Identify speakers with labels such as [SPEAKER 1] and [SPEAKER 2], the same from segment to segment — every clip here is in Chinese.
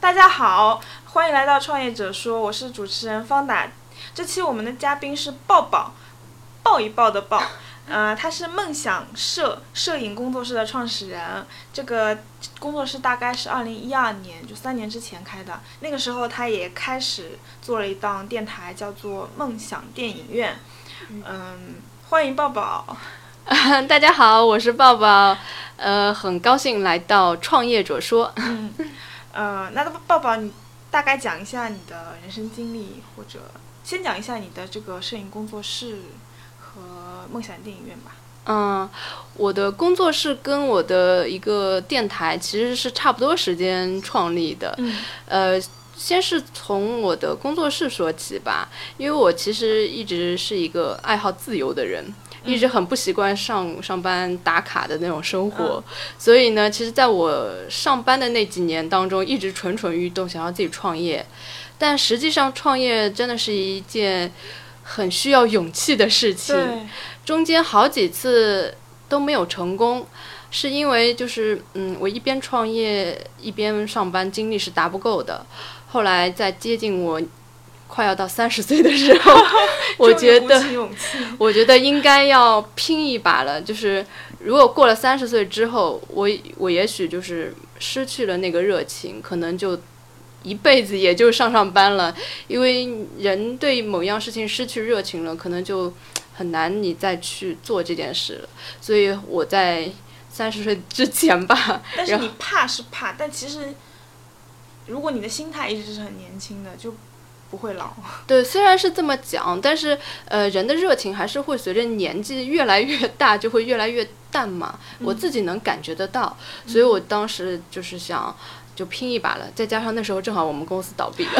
[SPEAKER 1] 大家好，欢迎来到《创业者说》，我是主持人方达。这期我们的嘉宾是抱抱，抱一抱的抱，呃，他是梦想摄摄影工作室的创始人。这个工作室大概是二零一二年，就三年之前开的。那个时候他也开始做了一档电台，叫做《梦想电影院》。嗯，欢迎抱抱。
[SPEAKER 2] 大家好，我是抱抱，呃，很高兴来到《创业者说》。
[SPEAKER 1] 嗯，呃，那抱抱，你大概讲一下你的人生经历，或者先讲一下你的这个摄影工作室和梦想电影院吧。
[SPEAKER 2] 嗯，我的工作室跟我的一个电台其实是差不多时间创立的。
[SPEAKER 1] 嗯
[SPEAKER 2] 呃，先是从我的工作室说起吧，因为我其实一直是一个爱好自由的人，一直很不习惯上上班打卡的那种生活，所以呢，其实在我上班的那几年当中，一直蠢蠢欲动，想要自己创业，但实际上创业真的是一件很需要勇气的事情。
[SPEAKER 1] 对，
[SPEAKER 2] 中间好几次都没有成功，是因为就是嗯，我一边创业一边上班，精力是达不够的。后来在接近我快要到三十岁的时候，我
[SPEAKER 1] 终于
[SPEAKER 2] 觉
[SPEAKER 1] 鼓
[SPEAKER 2] 得
[SPEAKER 1] 起勇 气，
[SPEAKER 2] 我觉得应该要拼一把了。就是如果过了三十岁之后，我我也许就是失去了那个热情，可能就一辈子也就上上班了。因为人对某样事情失去热情了，可能就很难你再去做这件事了。所以我在三十岁之前吧，
[SPEAKER 1] 但是
[SPEAKER 2] 然后
[SPEAKER 1] 你怕是怕，但其实如果你的心态一直是很年轻的，就不会 老。
[SPEAKER 2] 对，虽然是这么讲，但是呃，人的热情还是会随着年纪越来越大，就会越来越淡嘛。我自己能感觉得到，所以我当时就是想。就拼一把了，再加上那时候正好我们公司倒闭了，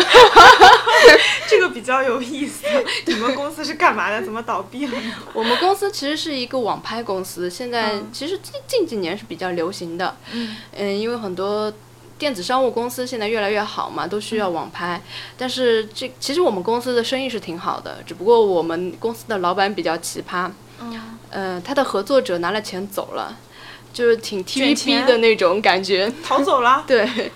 [SPEAKER 1] 这个比较有意 思。你们公司是干嘛的？怎么倒闭了呢？
[SPEAKER 2] 我们公司其实是一个网拍公司，现在
[SPEAKER 1] 嗯
[SPEAKER 2] 其实近近几年是比较流行的，
[SPEAKER 1] 嗯
[SPEAKER 2] 嗯，因为很多电子商务公司现在越来越好嘛，都需
[SPEAKER 1] 嗯
[SPEAKER 2] 要网拍。但是这其实我们公司的生意是挺好的，只不过我们公司的老板比较奇葩，
[SPEAKER 1] 嗯，
[SPEAKER 2] 呃，他的合作者拿了钱走了，就是挺
[SPEAKER 1] 卷
[SPEAKER 2] TVB
[SPEAKER 1] 钱
[SPEAKER 2] 的那种感觉，
[SPEAKER 1] 逃走了。
[SPEAKER 2] 对，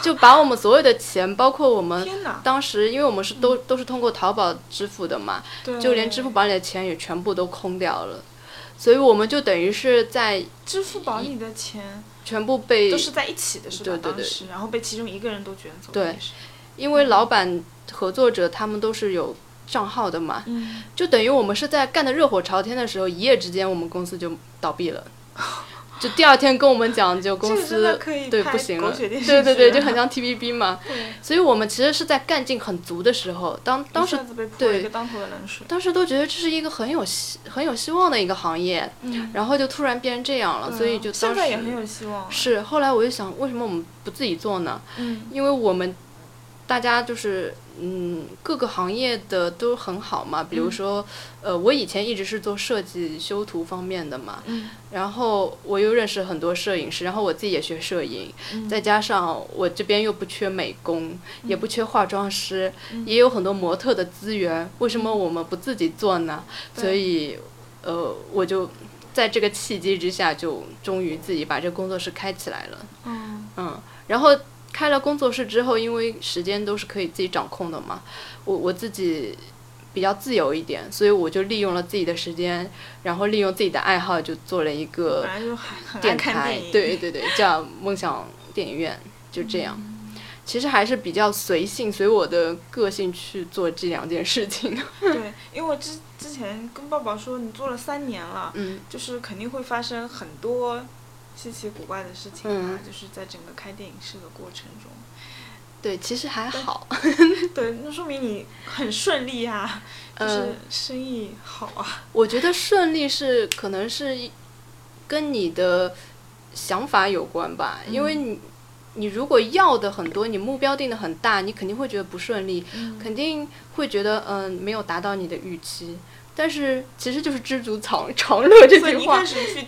[SPEAKER 2] 就把我们所有的钱，包括我们
[SPEAKER 1] 天哪！
[SPEAKER 2] 当时，因为我们是都都是通过淘宝支付的嘛，
[SPEAKER 1] 对，
[SPEAKER 2] 就连支付宝里的钱也全部都空掉了，所以我们就等于是在
[SPEAKER 1] 支付宝里的钱
[SPEAKER 2] 全部被
[SPEAKER 1] 都是在一起的，是吧？
[SPEAKER 2] 对对对
[SPEAKER 1] 当时，然后被其中一个人都卷走。
[SPEAKER 2] 对
[SPEAKER 1] 也是，
[SPEAKER 2] 因为老板合作者他们都是有账号的嘛，
[SPEAKER 1] 嗯，
[SPEAKER 2] 就等于我们是在干得热火朝天的时候，一夜之间我们公司就倒闭了。就第二天跟我们讲，就公
[SPEAKER 1] 这个真的
[SPEAKER 2] 司
[SPEAKER 1] 可以
[SPEAKER 2] 对
[SPEAKER 1] 拍
[SPEAKER 2] 不行
[SPEAKER 1] 狗
[SPEAKER 2] 了，
[SPEAKER 1] 血电视
[SPEAKER 2] 对对对，
[SPEAKER 1] 剧啊
[SPEAKER 2] 就很像 TVB 嘛。
[SPEAKER 1] 对，
[SPEAKER 2] 所以我们其实是在干劲很足的时候，当当时
[SPEAKER 1] 一下子被泼了
[SPEAKER 2] 对
[SPEAKER 1] 一个当头的冷水。
[SPEAKER 2] 当时都觉得这是一个很有希很有希望的一个行业，
[SPEAKER 1] 嗯，
[SPEAKER 2] 然后就突然变成这样了，
[SPEAKER 1] 对啊
[SPEAKER 2] 所以就当
[SPEAKER 1] 现
[SPEAKER 2] 时
[SPEAKER 1] 在也很有希望啊。
[SPEAKER 2] 是后来我就想，为什么我们不自己做呢？
[SPEAKER 1] 嗯
[SPEAKER 2] 因为我们大家就是嗯，各个行业的都很好嘛。
[SPEAKER 1] 嗯
[SPEAKER 2] 比如说，呃，我以前一直是做设计修图方面的嘛，
[SPEAKER 1] 嗯
[SPEAKER 2] 然后我又认识很多摄影师，然后我自己也学摄影，
[SPEAKER 1] 嗯
[SPEAKER 2] 再加上我这边又不缺美工，也不缺化妆师，
[SPEAKER 1] 嗯
[SPEAKER 2] 也有很多模特的资源，为什么我们不自己做呢？
[SPEAKER 1] 对
[SPEAKER 2] 所以，呃，我就。在这个契机之下，就终于自己把这个工作室开起来了。
[SPEAKER 1] 嗯
[SPEAKER 2] 嗯，然后开了工作室之后，因为时间都是可以自己掌控的嘛，我我自己比较自由一点，所以我就利用了自己的时间，然后利用自己的爱好，就做了一
[SPEAKER 1] 本
[SPEAKER 2] 个
[SPEAKER 1] 来就很很爱
[SPEAKER 2] 呃啊电
[SPEAKER 1] 看
[SPEAKER 2] 台
[SPEAKER 1] 电，影。
[SPEAKER 2] 对对对，叫梦想电影院，就这样。其实还是比较随性，随我的个性去做这两件事情。
[SPEAKER 1] 对，因为我之之前跟抱抱说，你做了三年了，
[SPEAKER 2] 嗯，
[SPEAKER 1] 就是肯定会发生很多稀奇古怪的事情啊，
[SPEAKER 2] 嗯
[SPEAKER 1] 就是在整个开电影室的过程中。
[SPEAKER 2] 对，其实还好。
[SPEAKER 1] 对，那说明你很顺利啊，就
[SPEAKER 2] 嗯
[SPEAKER 1] 是生意好啊。
[SPEAKER 2] 我觉得顺利是可能是一跟你的想法有关吧，因为
[SPEAKER 1] 嗯
[SPEAKER 2] 你你如果要的很多，你目标定的很大，你肯定会觉得不顺利，
[SPEAKER 1] 嗯，
[SPEAKER 2] 肯定会觉得嗯、没有达到你的预期。但是其实就是知足常常乐这
[SPEAKER 1] 所以
[SPEAKER 2] 句
[SPEAKER 1] 你一
[SPEAKER 2] 话
[SPEAKER 1] 开，始去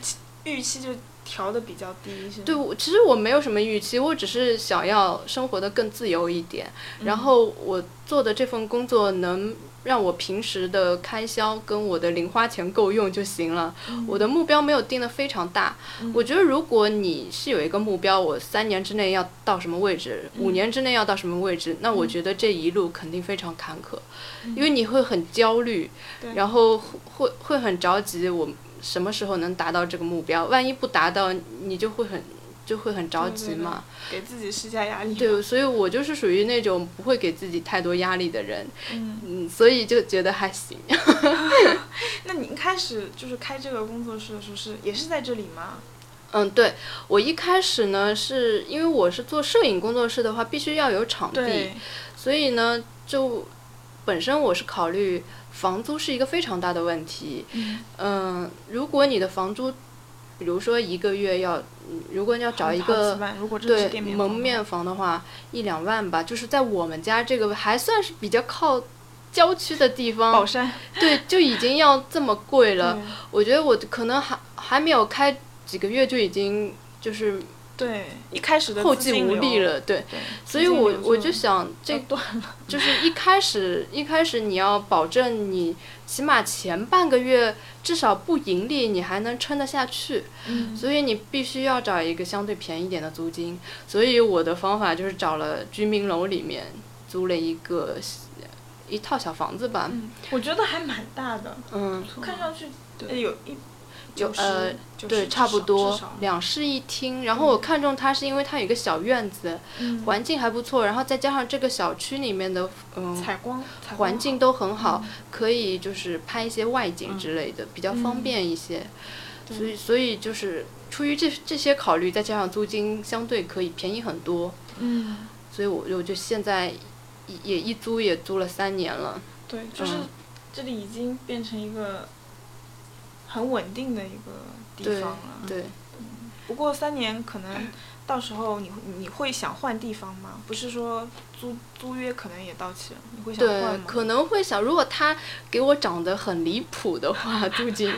[SPEAKER 1] 预期就调的比较低，是吗？
[SPEAKER 2] 对，我其实我没有什么预期，我只是想要生活的更自由一点。然后我做的这份工作能让我平时的开销跟我的零花钱够用就行了。我的目标没有定的非常大。我觉得如果你是有一个目标，我三年之内要到什么位置，
[SPEAKER 1] 嗯
[SPEAKER 2] 五年之内要到什么位置，那我觉得这一路肯定非常坎坷，因为你会很焦虑，
[SPEAKER 1] 嗯对
[SPEAKER 2] 然后会会很着急。我什么时候能达到这个目标？万一不达到，你就会很就会很着
[SPEAKER 1] 对
[SPEAKER 2] 急
[SPEAKER 1] 对对
[SPEAKER 2] 嘛。
[SPEAKER 1] 给自己施加压力。
[SPEAKER 2] 对，所以我就是属于那种不会给自己太多压力的人，
[SPEAKER 1] 嗯，
[SPEAKER 2] 嗯，所以就觉得还行。
[SPEAKER 1] 那你一开始就是开这个工作室的时候是也是在这里吗？
[SPEAKER 2] 嗯，对我一开始呢，是因为我是做摄影工作室的话，必须要有场地，
[SPEAKER 1] 对，
[SPEAKER 2] 所以呢，就本身我是考虑房租是一个非常大的问题。
[SPEAKER 1] 嗯
[SPEAKER 2] 嗯，如果你的房租，比如说一个月要，嗯如果你要找一
[SPEAKER 1] 好几
[SPEAKER 2] 个
[SPEAKER 1] 万，如果这是
[SPEAKER 2] 对
[SPEAKER 1] 店面
[SPEAKER 2] 门
[SPEAKER 1] 房的
[SPEAKER 2] 面
[SPEAKER 1] 话，
[SPEAKER 2] 房的话，一两万吧，就是在我们家这个还算是比较靠郊区的地方，
[SPEAKER 1] 宝山
[SPEAKER 2] 对，就已经要这么贵了。
[SPEAKER 1] 哦对
[SPEAKER 2] 我觉得我可能还还没有开几个月就已经就是
[SPEAKER 1] 对，一开始的
[SPEAKER 2] 后
[SPEAKER 1] 资
[SPEAKER 2] 继
[SPEAKER 1] 金
[SPEAKER 2] 无
[SPEAKER 1] 流
[SPEAKER 2] 力，了，对。
[SPEAKER 1] 对，
[SPEAKER 2] 所以我我就
[SPEAKER 1] 就
[SPEAKER 2] 想，这
[SPEAKER 1] 断
[SPEAKER 2] 就是一开始一开始你要保证你起码前半个月至少不盈利，你还能撑得下去。
[SPEAKER 1] 嗯
[SPEAKER 2] 所以你必须要找一个相对便宜点的租金。所以我的方法就是找了居民楼里面租了一个一套小房子吧，
[SPEAKER 1] 嗯，我觉得还蛮大的，
[SPEAKER 2] 嗯
[SPEAKER 1] 看上去
[SPEAKER 3] 对
[SPEAKER 1] 呃有一
[SPEAKER 2] 有
[SPEAKER 1] 90
[SPEAKER 2] 呃
[SPEAKER 1] 90
[SPEAKER 2] 对，
[SPEAKER 1] 至
[SPEAKER 2] 差不
[SPEAKER 1] 少
[SPEAKER 2] 多
[SPEAKER 1] 至少
[SPEAKER 2] 两室一厅。然后我看中它是因为它有一个小院子，
[SPEAKER 1] 嗯
[SPEAKER 2] 环境还不错，然后再加上这个小区里面的嗯
[SPEAKER 1] 采光采光
[SPEAKER 2] 环境都很好，可以就是拍一些外景之类的，比较方
[SPEAKER 1] 嗯
[SPEAKER 2] 便一些。
[SPEAKER 1] 对
[SPEAKER 2] 所以所以就是出于这这些考虑，再加上租金相对可以便宜很多，
[SPEAKER 1] 好，嗯，
[SPEAKER 2] 所以我我就现在也也一租也租了三年了。
[SPEAKER 1] 对，就是
[SPEAKER 2] 嗯
[SPEAKER 1] 这里已经变成一个很稳定的一个地
[SPEAKER 2] 对
[SPEAKER 1] 方了。
[SPEAKER 2] 对，
[SPEAKER 1] 不过三年可能到时候你你会想换地方吗？不是说租租约可能也到期了，你会想换
[SPEAKER 2] 对，
[SPEAKER 1] 吗？
[SPEAKER 2] 可能会想，如果他给我涨得很离谱的话，租金，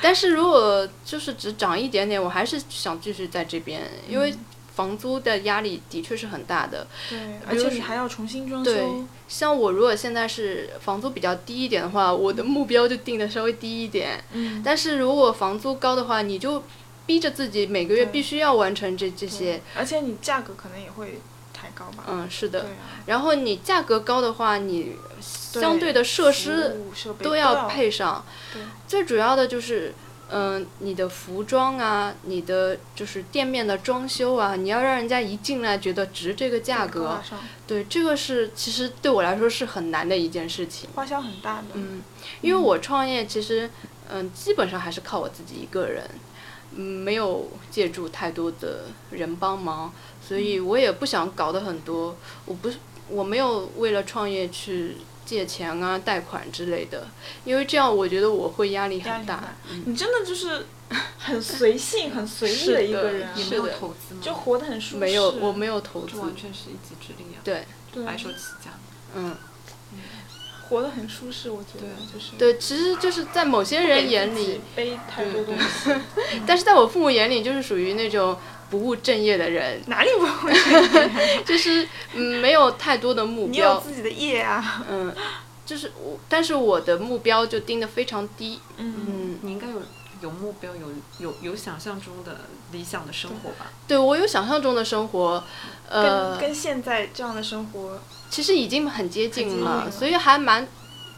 [SPEAKER 2] 但是如果就是只涨一点点，我还是想继续在这边，因
[SPEAKER 1] 嗯
[SPEAKER 2] 为房租的压力的确是很大的。
[SPEAKER 1] 对，
[SPEAKER 2] 比
[SPEAKER 1] 而
[SPEAKER 2] 如
[SPEAKER 1] 且你
[SPEAKER 2] 说
[SPEAKER 1] 还要重新装
[SPEAKER 2] 对
[SPEAKER 1] 修。
[SPEAKER 2] 像我如果现在是房租比较低一点的话，我的目标就定的稍微低一点，
[SPEAKER 1] 嗯，
[SPEAKER 2] 但是如果房租高的话，你就逼着自己每个月
[SPEAKER 1] 对
[SPEAKER 2] 必须要完成这这
[SPEAKER 1] 对
[SPEAKER 2] 些。，
[SPEAKER 1] 而且你价格可能也会抬高吧？
[SPEAKER 2] 嗯，是
[SPEAKER 1] 对
[SPEAKER 2] 的。
[SPEAKER 1] 啊，
[SPEAKER 2] 然后你价格高的话，你相对的设施
[SPEAKER 1] 服务设备
[SPEAKER 2] 都要
[SPEAKER 1] 要。
[SPEAKER 2] 配上。
[SPEAKER 1] 对
[SPEAKER 2] 最主要的就是，嗯、你的服装啊，你的就是店面的装修啊，你要让人家一进来觉得值这个价
[SPEAKER 1] 对高
[SPEAKER 2] 格
[SPEAKER 1] 大。上
[SPEAKER 2] 对，这个是其实对我来说是很难的一件事情。
[SPEAKER 1] 花销很大的。
[SPEAKER 2] 嗯，因为我创业其实，嗯、基本上还是靠我自己一个人，嗯，没有借助太多的人帮忙，所以
[SPEAKER 1] 嗯
[SPEAKER 2] 我也不想搞得很多。我不是我没有为了创业去借钱啊、贷款之类的，因为这样我觉得我会压力
[SPEAKER 1] 压
[SPEAKER 2] 很
[SPEAKER 1] 力
[SPEAKER 2] 大。嗯
[SPEAKER 1] 你真的就是很随性、很随意的一个人啊，
[SPEAKER 3] 也
[SPEAKER 2] 是
[SPEAKER 3] 没有
[SPEAKER 2] 的
[SPEAKER 3] 投资吗？
[SPEAKER 1] 就活得很舒适。
[SPEAKER 2] 没有，我没有投资
[SPEAKER 3] 这。完全是一己之力啊，
[SPEAKER 2] 对，
[SPEAKER 1] 对
[SPEAKER 3] 白手起家。
[SPEAKER 2] 嗯，
[SPEAKER 1] 活得很舒适，我觉得
[SPEAKER 3] 对
[SPEAKER 1] 就是
[SPEAKER 2] 对，其实就是在某些
[SPEAKER 1] 不
[SPEAKER 2] 人
[SPEAKER 1] 给
[SPEAKER 2] 眼
[SPEAKER 1] 自
[SPEAKER 2] 里
[SPEAKER 1] 己，背太多
[SPEAKER 3] 对
[SPEAKER 1] 东
[SPEAKER 3] 对
[SPEAKER 1] 西，
[SPEAKER 2] 但是在我父母眼里就是属于那种不务正业的人，
[SPEAKER 1] 哪里不 会？
[SPEAKER 2] 就是嗯没有太多的目
[SPEAKER 1] 你有
[SPEAKER 2] 标。
[SPEAKER 1] 自己的业啊。
[SPEAKER 2] 嗯，就是我，但是我的目标就定的非常低。
[SPEAKER 1] 嗯，
[SPEAKER 2] 嗯，
[SPEAKER 3] 你应该有有目标，有有有想象中的理想的生活吧？
[SPEAKER 2] 对我有想象中的生活，
[SPEAKER 1] 跟
[SPEAKER 2] 呃，
[SPEAKER 1] 跟现在这样的生活，
[SPEAKER 2] 其实已经很接近了，
[SPEAKER 1] 很接近了
[SPEAKER 2] 所以还蛮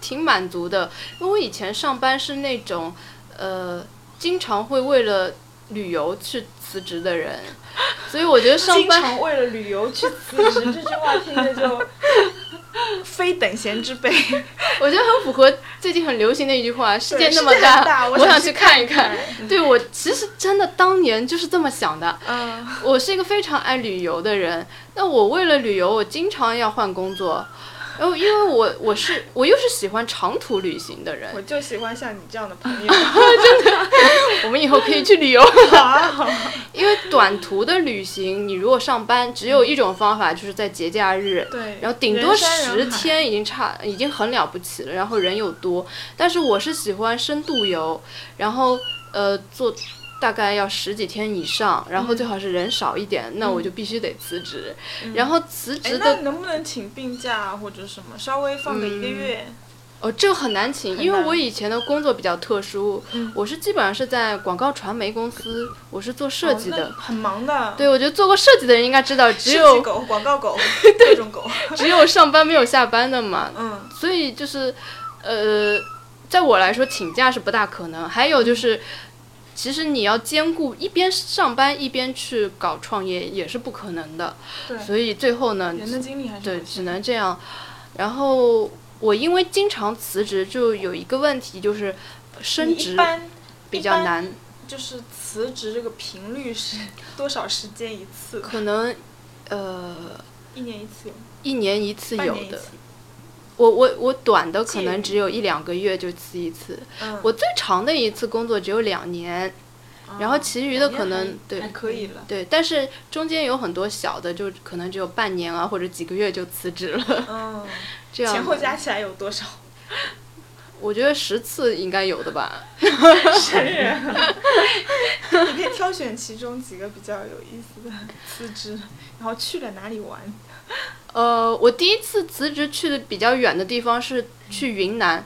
[SPEAKER 2] 挺满足的。因为我以前上班是那种，呃，经常会为了旅游去辞职的人，所以我觉得上
[SPEAKER 1] 经
[SPEAKER 2] 班
[SPEAKER 1] 常为了旅游去辞职，这句话听着 就非等闲之辈。
[SPEAKER 2] 我觉得很符合最近很流行的一句话：世界
[SPEAKER 1] 世
[SPEAKER 2] 那么
[SPEAKER 1] 界很大我
[SPEAKER 2] 我
[SPEAKER 1] 想
[SPEAKER 2] 想
[SPEAKER 1] 去
[SPEAKER 2] 去看一
[SPEAKER 1] 看
[SPEAKER 2] 看。对我其实真的当年就是这么想的。
[SPEAKER 1] 嗯，
[SPEAKER 2] 我是一个非常爱旅游的人，那我为了旅游，我经常要换工作，然后因为我我是我又是喜欢长途旅行的人
[SPEAKER 1] 我，就喜欢像你这样的 朋友。
[SPEAKER 2] 我们以后可以去旅 游，
[SPEAKER 1] 好，
[SPEAKER 2] 因为短途的旅行，你如果上班，只有一种方法，就是在节假日。
[SPEAKER 1] 对，
[SPEAKER 2] 然后顶多
[SPEAKER 1] 人山
[SPEAKER 2] 十
[SPEAKER 1] 人海。啊
[SPEAKER 2] 天已经差，已经很了不起了。然后人又多，但是我是喜欢深度游，然后呃坐大概要十几天以上，然后
[SPEAKER 1] 嗯
[SPEAKER 2] 最好是人少一点，那我
[SPEAKER 1] 嗯
[SPEAKER 2] 就必须得辞职。
[SPEAKER 1] 嗯
[SPEAKER 2] 然后辞
[SPEAKER 1] 哎
[SPEAKER 2] 职，的
[SPEAKER 1] 那能不能请病假啊或者什么，稍微放个一个月？
[SPEAKER 2] 哦，这个很难请，
[SPEAKER 1] 很
[SPEAKER 2] 因为
[SPEAKER 1] 难
[SPEAKER 2] 我以前的工作比较特殊，
[SPEAKER 1] 嗯
[SPEAKER 2] 我是基本上是在广告传媒公司，我是做设计的。
[SPEAKER 1] 哦那很忙的。，
[SPEAKER 2] 对，我觉得做过设计的人应该知道，
[SPEAKER 1] 设
[SPEAKER 2] 只
[SPEAKER 1] 计
[SPEAKER 2] 有
[SPEAKER 1] 狗、广告 狗各种狗。
[SPEAKER 2] 只有上班没有下班的嘛，
[SPEAKER 1] 嗯
[SPEAKER 2] 所以就是，呃，在我来说请假是不大可能。还有
[SPEAKER 1] 嗯
[SPEAKER 2] 就是，其实你要兼顾一边上班一边去搞创业也是不可能的，
[SPEAKER 1] 对
[SPEAKER 2] 所以最后呢，
[SPEAKER 1] 人的精力还是
[SPEAKER 2] 对，
[SPEAKER 1] 有
[SPEAKER 2] 只
[SPEAKER 1] 限
[SPEAKER 2] 能这样。然后我因为经常辞职，就有一个问题就是升
[SPEAKER 1] 你一
[SPEAKER 2] 职
[SPEAKER 1] 般
[SPEAKER 2] 比
[SPEAKER 1] 一
[SPEAKER 2] 较
[SPEAKER 1] 般
[SPEAKER 2] 难，
[SPEAKER 1] 就是辞职这个频率是多少时间一次？
[SPEAKER 2] 可能呃
[SPEAKER 1] 一年一次有，
[SPEAKER 2] 一年一次
[SPEAKER 1] 半
[SPEAKER 2] 有
[SPEAKER 1] 年一
[SPEAKER 2] 的
[SPEAKER 1] 次。。
[SPEAKER 2] 我我我短的可
[SPEAKER 1] 介于
[SPEAKER 2] 能只有一两个月就辞一次，
[SPEAKER 1] 嗯，
[SPEAKER 2] 我最长的一次工作只有两年，然后其余的可能对
[SPEAKER 1] 哦还可以 了。
[SPEAKER 2] 对，但是中间有很多小的，就可能只有半年啊或者几个月就辞职了，
[SPEAKER 1] 嗯，
[SPEAKER 2] 这样
[SPEAKER 1] 前后
[SPEAKER 2] 的
[SPEAKER 1] 加起来有多少？
[SPEAKER 2] 我觉得十次应该有的吧。
[SPEAKER 1] 神人，
[SPEAKER 2] 啊
[SPEAKER 1] 你可以挑选其中几个比较有意思的辞职，然后去了哪里玩？
[SPEAKER 2] 呃，我第一次辞职去的比较远的地方是去云南，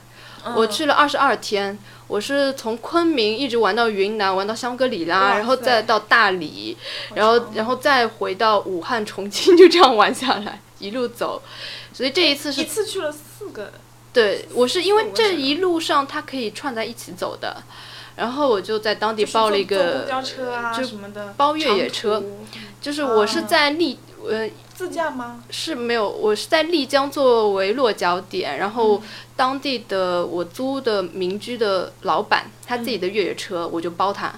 [SPEAKER 2] 我
[SPEAKER 1] 嗯
[SPEAKER 2] 去了二十二天，我是从昆明一直玩到云南，玩到香格里
[SPEAKER 1] 哇
[SPEAKER 2] 拉，然后
[SPEAKER 1] 塞
[SPEAKER 2] 再到大理，然后
[SPEAKER 1] 好长啊
[SPEAKER 2] 然后再回到武汉、重庆，就这样玩下来， 一路走。所以这一次
[SPEAKER 1] 一
[SPEAKER 2] 是
[SPEAKER 1] 次去了四个，
[SPEAKER 2] 对我是因为
[SPEAKER 1] 我
[SPEAKER 2] 这
[SPEAKER 1] 是
[SPEAKER 2] 一路上它可以串在一起走的，然后我就在当地
[SPEAKER 1] 就是
[SPEAKER 2] 包了
[SPEAKER 1] 坐
[SPEAKER 2] 一
[SPEAKER 1] 坐公交
[SPEAKER 2] 个
[SPEAKER 1] 车啊
[SPEAKER 2] 就
[SPEAKER 1] 什么的，
[SPEAKER 2] 包越野
[SPEAKER 1] 长
[SPEAKER 2] 车，
[SPEAKER 1] 途
[SPEAKER 2] 就是我是
[SPEAKER 1] 啊
[SPEAKER 2] 在丽呃
[SPEAKER 1] 自驾吗？
[SPEAKER 2] 是没有，我是在丽江作为落脚点，然
[SPEAKER 1] 嗯
[SPEAKER 2] 后当地的我租的民居的老板他
[SPEAKER 1] 嗯
[SPEAKER 2] 自己的越野车，我就包他，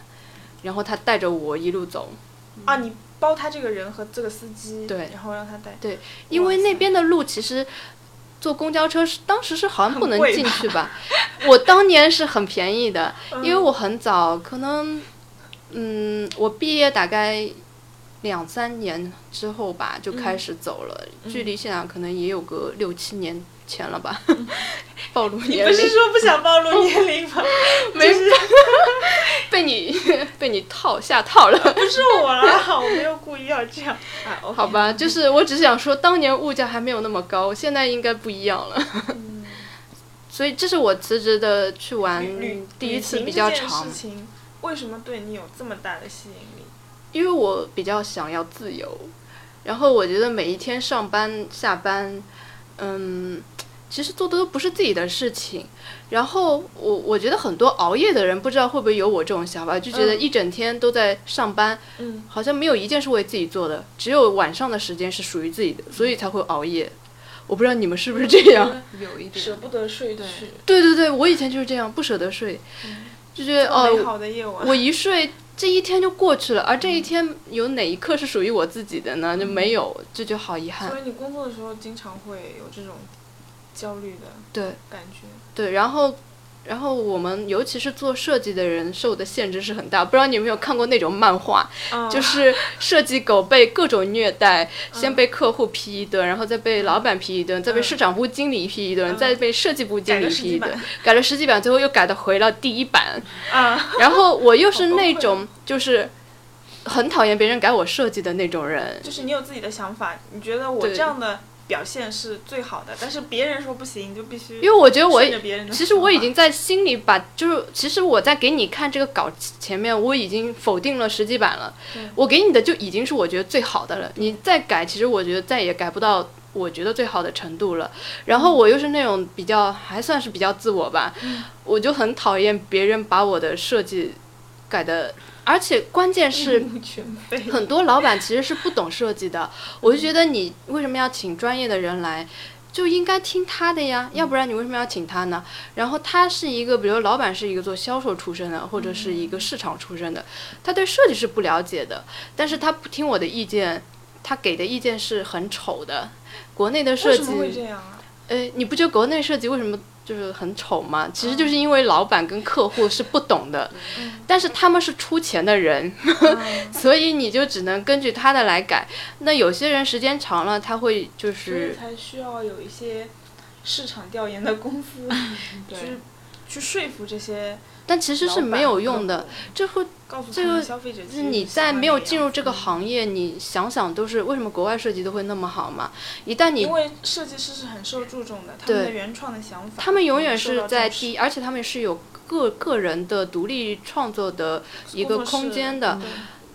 [SPEAKER 2] 然后他带着我一路走，
[SPEAKER 1] 啊，你包他这个人和这个司机，
[SPEAKER 2] 对
[SPEAKER 1] 然后让他带，
[SPEAKER 2] 对因为那边的路其实。坐公交车是当时是好像不能
[SPEAKER 1] 很贵
[SPEAKER 2] 进去吧？我当年是很便宜的，
[SPEAKER 1] 嗯
[SPEAKER 2] 因为我很早，可能，嗯，我毕业大概两三年之后吧，就开始走了，
[SPEAKER 1] 嗯
[SPEAKER 2] 距离现在可能也有个六七年前了吧，暴露
[SPEAKER 1] 嗯你
[SPEAKER 2] 年
[SPEAKER 1] 不
[SPEAKER 2] 龄，
[SPEAKER 1] 是说不想暴露年龄吗？
[SPEAKER 2] 没事，被你 被你套下套了，
[SPEAKER 1] 不是我啦，我没有故意要这样啊。OK
[SPEAKER 2] 好，吧，就是我只是想说，当年物价还没有那么高，现在应该不一样了，
[SPEAKER 1] 嗯
[SPEAKER 2] 所以这是我辞职的去玩
[SPEAKER 1] 旅旅
[SPEAKER 2] 嗯第一次
[SPEAKER 1] 旅行
[SPEAKER 2] 比较
[SPEAKER 1] 这件
[SPEAKER 2] 长
[SPEAKER 1] 事，情为什么对你有这么大的吸引力？
[SPEAKER 2] 因为我比较想要自由，然后我觉得每一天上班下班，嗯，其实做的都不是自己的事情。然后我我觉得很多熬夜的人不知道会不会有我这种想法，就觉得
[SPEAKER 1] 嗯
[SPEAKER 2] 一整天都在上班，
[SPEAKER 1] 嗯，
[SPEAKER 2] 好像没有一件是为自己做的，只有晚上的时间是属于自己的，所以才会熬夜。我不知道你们是不是这
[SPEAKER 1] 嗯
[SPEAKER 2] 样？
[SPEAKER 3] 有一
[SPEAKER 1] 舍
[SPEAKER 3] 点
[SPEAKER 1] 不得睡
[SPEAKER 3] 对
[SPEAKER 1] 去，
[SPEAKER 2] 对对对，我以前就是这样，不舍得睡，就觉得
[SPEAKER 1] 这么
[SPEAKER 2] 哦
[SPEAKER 1] 美，好的夜晚，
[SPEAKER 2] 我一睡，这一天就过去了，而这一天有哪一刻是属于我自己的呢？就没有，这就好遗憾
[SPEAKER 1] 所。以你工作的时候经常会有这种焦虑的
[SPEAKER 2] 对
[SPEAKER 1] 感觉。
[SPEAKER 2] 对，然后，然后我们尤其是做设计的人受的限制是很大。不知道你有没有看过那种漫画，
[SPEAKER 1] 嗯
[SPEAKER 2] 就是设计狗被各种虐待，先
[SPEAKER 1] 嗯
[SPEAKER 2] 被客户批一顿，然后再被老板批一顿，再被
[SPEAKER 1] 嗯
[SPEAKER 2] 市场部经理批一顿，
[SPEAKER 1] 嗯
[SPEAKER 2] 再被设计部经
[SPEAKER 1] 改
[SPEAKER 2] 理
[SPEAKER 1] 了十
[SPEAKER 2] 批
[SPEAKER 1] 几
[SPEAKER 2] 一
[SPEAKER 1] 版
[SPEAKER 2] 顿，改了十几版，最后又改的回到第一版。
[SPEAKER 1] 啊，
[SPEAKER 2] 然后我又是
[SPEAKER 1] 好崩
[SPEAKER 2] 那
[SPEAKER 1] 溃啊
[SPEAKER 2] 种就是很讨厌别人改我设计的那种人，
[SPEAKER 1] 就是你有自己的想法，你觉得我
[SPEAKER 2] 对
[SPEAKER 1] 这样的表现是最好的，但是别人说不行，你就必须
[SPEAKER 2] 因为我觉得我
[SPEAKER 1] 顺着别人的
[SPEAKER 2] 其实我已
[SPEAKER 1] 想法
[SPEAKER 2] 经在心里把就是其实我在给你看这个稿前面我已经否定了十几版了
[SPEAKER 1] 对，
[SPEAKER 2] 我给你的就已经是我觉得最好的了，你再改其实我觉得再也改不到。我觉得最好的程度
[SPEAKER 1] 嗯
[SPEAKER 2] 了，然后我又是那种比较还算是比较自我吧，
[SPEAKER 1] 嗯
[SPEAKER 2] 我就很讨厌别人把我的设计改的，而且关键是
[SPEAKER 1] 一目全非，
[SPEAKER 2] 很多老板其实是不懂设计的，我就觉得你为什么要请专业的人来？就应该听他的
[SPEAKER 1] 嗯
[SPEAKER 2] 呀，要不然你为什么要请他呢？然后他是一个，比如老板是一个做销售出身的，或者是一个市场出身的，他对设计是不了解的，但是他不听我的意见，他给的意见是很丑的。国内的设
[SPEAKER 1] 为
[SPEAKER 2] 计
[SPEAKER 1] 什么会这样 啊？
[SPEAKER 2] 呃，你不觉得国内设计为什么就是很丑吗？其实就是因为老板跟客户是不懂的，
[SPEAKER 1] 嗯
[SPEAKER 2] 但是他们是出钱的人，
[SPEAKER 1] 啊
[SPEAKER 2] 所以你就只能根据他的来改。那有些人时间长了，他会就
[SPEAKER 1] 所以
[SPEAKER 2] 是
[SPEAKER 1] 才需要有一些市场调研的公司
[SPEAKER 3] 嗯对
[SPEAKER 1] 去去说服这些
[SPEAKER 2] 但其实是没有用
[SPEAKER 1] 老
[SPEAKER 2] 的
[SPEAKER 1] 板。
[SPEAKER 2] 这会
[SPEAKER 1] 告诉
[SPEAKER 2] 这
[SPEAKER 1] 他们
[SPEAKER 2] 个
[SPEAKER 1] 消费者
[SPEAKER 2] 就
[SPEAKER 1] 其
[SPEAKER 2] 是
[SPEAKER 1] 实
[SPEAKER 2] 你
[SPEAKER 1] 喜
[SPEAKER 2] 在
[SPEAKER 1] 欢
[SPEAKER 2] 没有
[SPEAKER 1] 这
[SPEAKER 2] 进
[SPEAKER 1] 样
[SPEAKER 2] 入这个行业，你想想都是为什么国外设计都会那么好嘛？一旦你
[SPEAKER 1] 因为设计师是很受注重的，他们
[SPEAKER 2] 对
[SPEAKER 1] 的原创的想法，
[SPEAKER 2] 他们永远
[SPEAKER 1] 受到
[SPEAKER 2] 是在
[SPEAKER 1] 重视
[SPEAKER 2] 第一，而且他们是有个个人的独立创作的一个
[SPEAKER 1] 工作室嗯
[SPEAKER 2] 空间的，
[SPEAKER 1] 对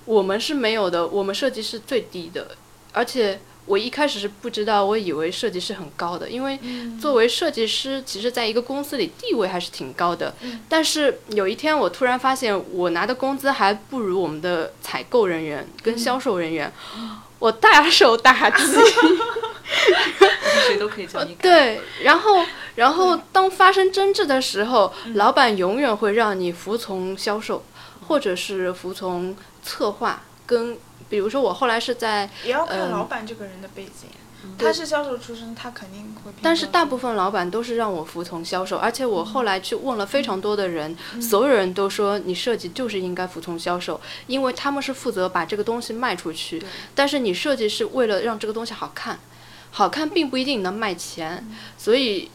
[SPEAKER 2] 我们是没有的，我们设计是最低的，而且我一开始是不知道，我以为设计是很高的，因为
[SPEAKER 1] 嗯
[SPEAKER 2] 作为设计师，其实在一个公司里地位还是挺高的。
[SPEAKER 1] 嗯
[SPEAKER 2] 但是有一天我突然发现，我拿的工资还不如我们的采购人员跟销售人员，我大受打击。
[SPEAKER 3] 就是谁都可以叫你改。
[SPEAKER 2] 对，然后，然后当发生争执的时候，老板永远会让你服从销售，或者是服从策划。跟比如说，我后来是在，
[SPEAKER 1] 也要看
[SPEAKER 2] 嗯
[SPEAKER 1] 老板这个人的背景。
[SPEAKER 2] 对
[SPEAKER 1] 他是销售出身，他肯定会偏
[SPEAKER 2] 但是
[SPEAKER 1] 销
[SPEAKER 2] 大
[SPEAKER 1] 售
[SPEAKER 2] 部分老板都是让我服从销售，而且我后来去问了非常多的人，所有人都说你设计就是应该服从销售，因为他们是负责把这个东西卖出去，
[SPEAKER 3] 嗯对
[SPEAKER 2] 但是你设计是为了让这个东西好看，好看并不一定能卖钱，所以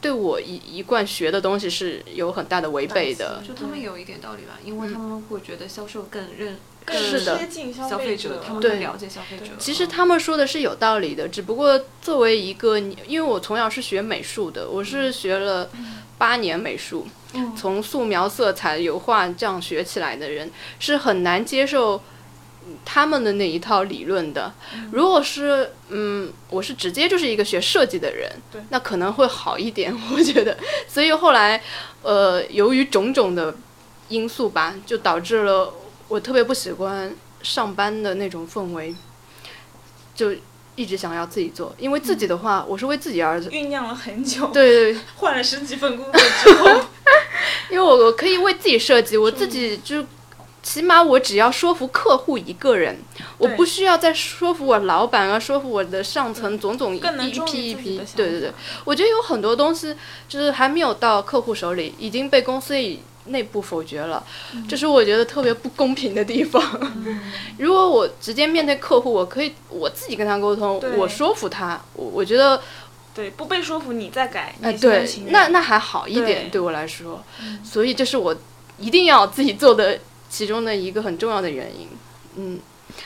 [SPEAKER 2] 对我一一贯学的东西是有很大的违背的。
[SPEAKER 3] 就他们有一点道理吧，因为他们会觉得销售更认
[SPEAKER 1] 更
[SPEAKER 2] 是的
[SPEAKER 1] 贴近消
[SPEAKER 3] 消
[SPEAKER 1] 费
[SPEAKER 3] 费者，他们
[SPEAKER 2] 对
[SPEAKER 3] 更了解嗯消费者
[SPEAKER 1] 对。
[SPEAKER 2] 其实他们说的是有道理的，只不过作为一个，因为我从小是学美术的，我是学了八年美术，
[SPEAKER 1] 嗯
[SPEAKER 2] 从素描、色彩、油画这样学起来的人，是很难接受嗯他们的那一套理论的。如果是嗯，我是直接就是一个学设计的人
[SPEAKER 1] 对，
[SPEAKER 2] 那可能会好一点， 我觉得。所以后来，呃，由于种种的因素吧，就导致了我特别不喜欢上班的那种氛围，就一直想要自己做，因为自己的话，我是为自己而。
[SPEAKER 1] 酝酿了很久，
[SPEAKER 2] 对对，对
[SPEAKER 1] 换了十几份工 作之后，
[SPEAKER 2] 因为我我可以为自己设计，我自己
[SPEAKER 1] 嗯
[SPEAKER 2] 就起码我只要说服客户一个人，我
[SPEAKER 1] 对
[SPEAKER 2] 不需要再说服我老板啊，说服我的上层种种一
[SPEAKER 1] 嗯更能
[SPEAKER 2] 一
[SPEAKER 1] 忠
[SPEAKER 2] 批
[SPEAKER 1] 于
[SPEAKER 2] 一
[SPEAKER 1] 自己
[SPEAKER 2] 批
[SPEAKER 1] 的想，法。
[SPEAKER 2] 对对对，我觉得有很多东西就是还没有到客户手里，已经被公司以内部否决了，
[SPEAKER 1] 嗯
[SPEAKER 2] 这是我觉得特别不公平的地方。 如果我直接面对客户，我可以我自己跟他沟通
[SPEAKER 1] 对，
[SPEAKER 2] 我说服他，我我觉得
[SPEAKER 1] 对不被说服你再改，你
[SPEAKER 2] 哎，
[SPEAKER 1] 也心甘
[SPEAKER 2] 对
[SPEAKER 1] 情，愿
[SPEAKER 2] 那那还好一
[SPEAKER 1] 对嗯
[SPEAKER 2] 点，对我来说，所以这是我一定要自己做的其中的一个很重要的原因。嗯，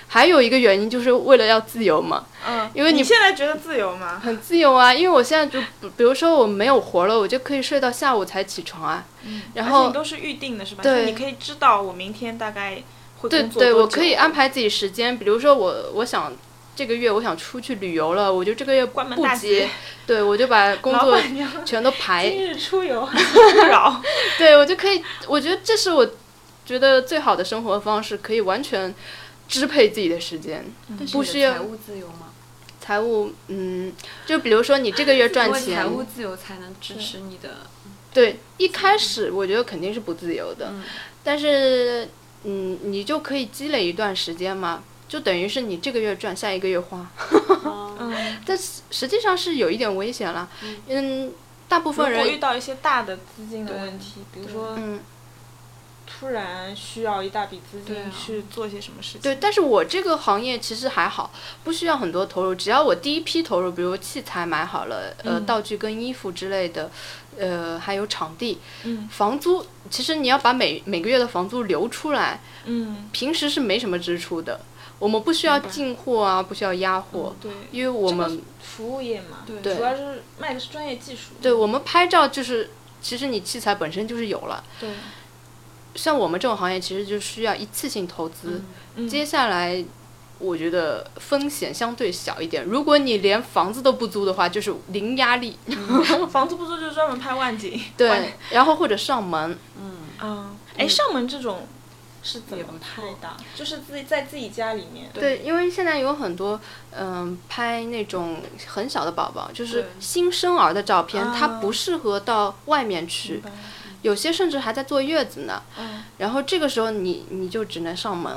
[SPEAKER 2] 还有一个原因就是为了要自由嘛，
[SPEAKER 1] 嗯，
[SPEAKER 2] 因为
[SPEAKER 1] 你
[SPEAKER 2] 你
[SPEAKER 1] 现在觉得自由吗？
[SPEAKER 2] 很自由啊。因为我现在就不比如说我没有活了，我就可以睡到下午才起床啊。然
[SPEAKER 1] 嗯而且
[SPEAKER 2] 后
[SPEAKER 1] 你都是预定的是吧？
[SPEAKER 2] 对
[SPEAKER 1] 就你可以知道我明天大概会
[SPEAKER 2] 对
[SPEAKER 1] 工作
[SPEAKER 2] 对，
[SPEAKER 1] 多
[SPEAKER 2] 我可
[SPEAKER 1] 久
[SPEAKER 2] 以安排自己时间，比如说我我想这个月我想出去旅游了，我就这个月
[SPEAKER 1] 关门
[SPEAKER 2] 不
[SPEAKER 1] 大吉
[SPEAKER 2] 接， 对我就把工
[SPEAKER 1] 老
[SPEAKER 2] 作
[SPEAKER 1] 板娘
[SPEAKER 2] 全都排
[SPEAKER 1] 今日出游勿扰，
[SPEAKER 2] 对我就可以，我觉得这是我觉得最好的生活方式，可以完全支配自己的时间。
[SPEAKER 1] 嗯
[SPEAKER 3] 但是
[SPEAKER 2] 不
[SPEAKER 3] 你的
[SPEAKER 2] 需要
[SPEAKER 3] 财务自由吗？
[SPEAKER 2] 财务，嗯，就比如说你这个月赚
[SPEAKER 3] 因为财
[SPEAKER 2] 钱，
[SPEAKER 3] 务自由才能支持你的。
[SPEAKER 2] 对，一开始我觉得肯定是不自由的，
[SPEAKER 3] 嗯
[SPEAKER 2] 但是嗯，你就可以积累一段时间嘛，就等于是你这个月赚，下一个月花，
[SPEAKER 3] 哦
[SPEAKER 1] 嗯，
[SPEAKER 2] 但是实际上是有一点危险啦。嗯，大部
[SPEAKER 1] 如果
[SPEAKER 2] 分
[SPEAKER 1] 遇
[SPEAKER 2] 人，
[SPEAKER 1] 到一些大的资金的
[SPEAKER 3] 对
[SPEAKER 1] 问题，比如
[SPEAKER 3] 对
[SPEAKER 1] 说
[SPEAKER 2] 嗯，
[SPEAKER 1] 突然需要一大笔资
[SPEAKER 3] 对
[SPEAKER 1] 金
[SPEAKER 3] 啊
[SPEAKER 1] 去做些什么事情，
[SPEAKER 2] 对，但是我这个行业其实还好，不需要很多投入，只要我第一批投入，比如器材买好了，呃，
[SPEAKER 1] 嗯
[SPEAKER 2] 道具跟衣服之类的，呃，还有场地、
[SPEAKER 1] 嗯
[SPEAKER 2] 房租，其实你要把每每个月的房租留出来，
[SPEAKER 1] 嗯，
[SPEAKER 2] 平时是没什么支出的，我们不需要进货啊，不需要压货，
[SPEAKER 1] 对，
[SPEAKER 2] 因为我
[SPEAKER 1] 嗯这个
[SPEAKER 2] 们
[SPEAKER 1] 服务业嘛，
[SPEAKER 3] 对
[SPEAKER 2] 对
[SPEAKER 1] 主要是卖的是专业技术，
[SPEAKER 2] 对我们拍照就是，其实你器材本身就是有了，
[SPEAKER 1] 对，
[SPEAKER 2] 像我们这种行业其实就需要一次性投资。
[SPEAKER 1] 嗯
[SPEAKER 2] 接下来，我觉得风险相对小一点。如果你连房子都不租的话，就是零压力，
[SPEAKER 1] 房租不租就是专门拍万 景，万，
[SPEAKER 2] 对，然后或者上门，
[SPEAKER 3] 嗯，
[SPEAKER 2] 啊
[SPEAKER 1] 嗯，哎，上门这种是怎
[SPEAKER 3] 也
[SPEAKER 1] 么
[SPEAKER 3] 不
[SPEAKER 1] 拍
[SPEAKER 3] 错
[SPEAKER 1] 的？就是自己在自己家里面，
[SPEAKER 2] 对，因为现在有很多嗯、拍那种很小的宝宝，就是
[SPEAKER 3] 对
[SPEAKER 2] 新生儿的照片，它
[SPEAKER 1] 啊
[SPEAKER 2] 不适合到外面去，有些甚至还在坐月子呢。
[SPEAKER 1] 嗯
[SPEAKER 2] 然后这个时候你你就只能上门。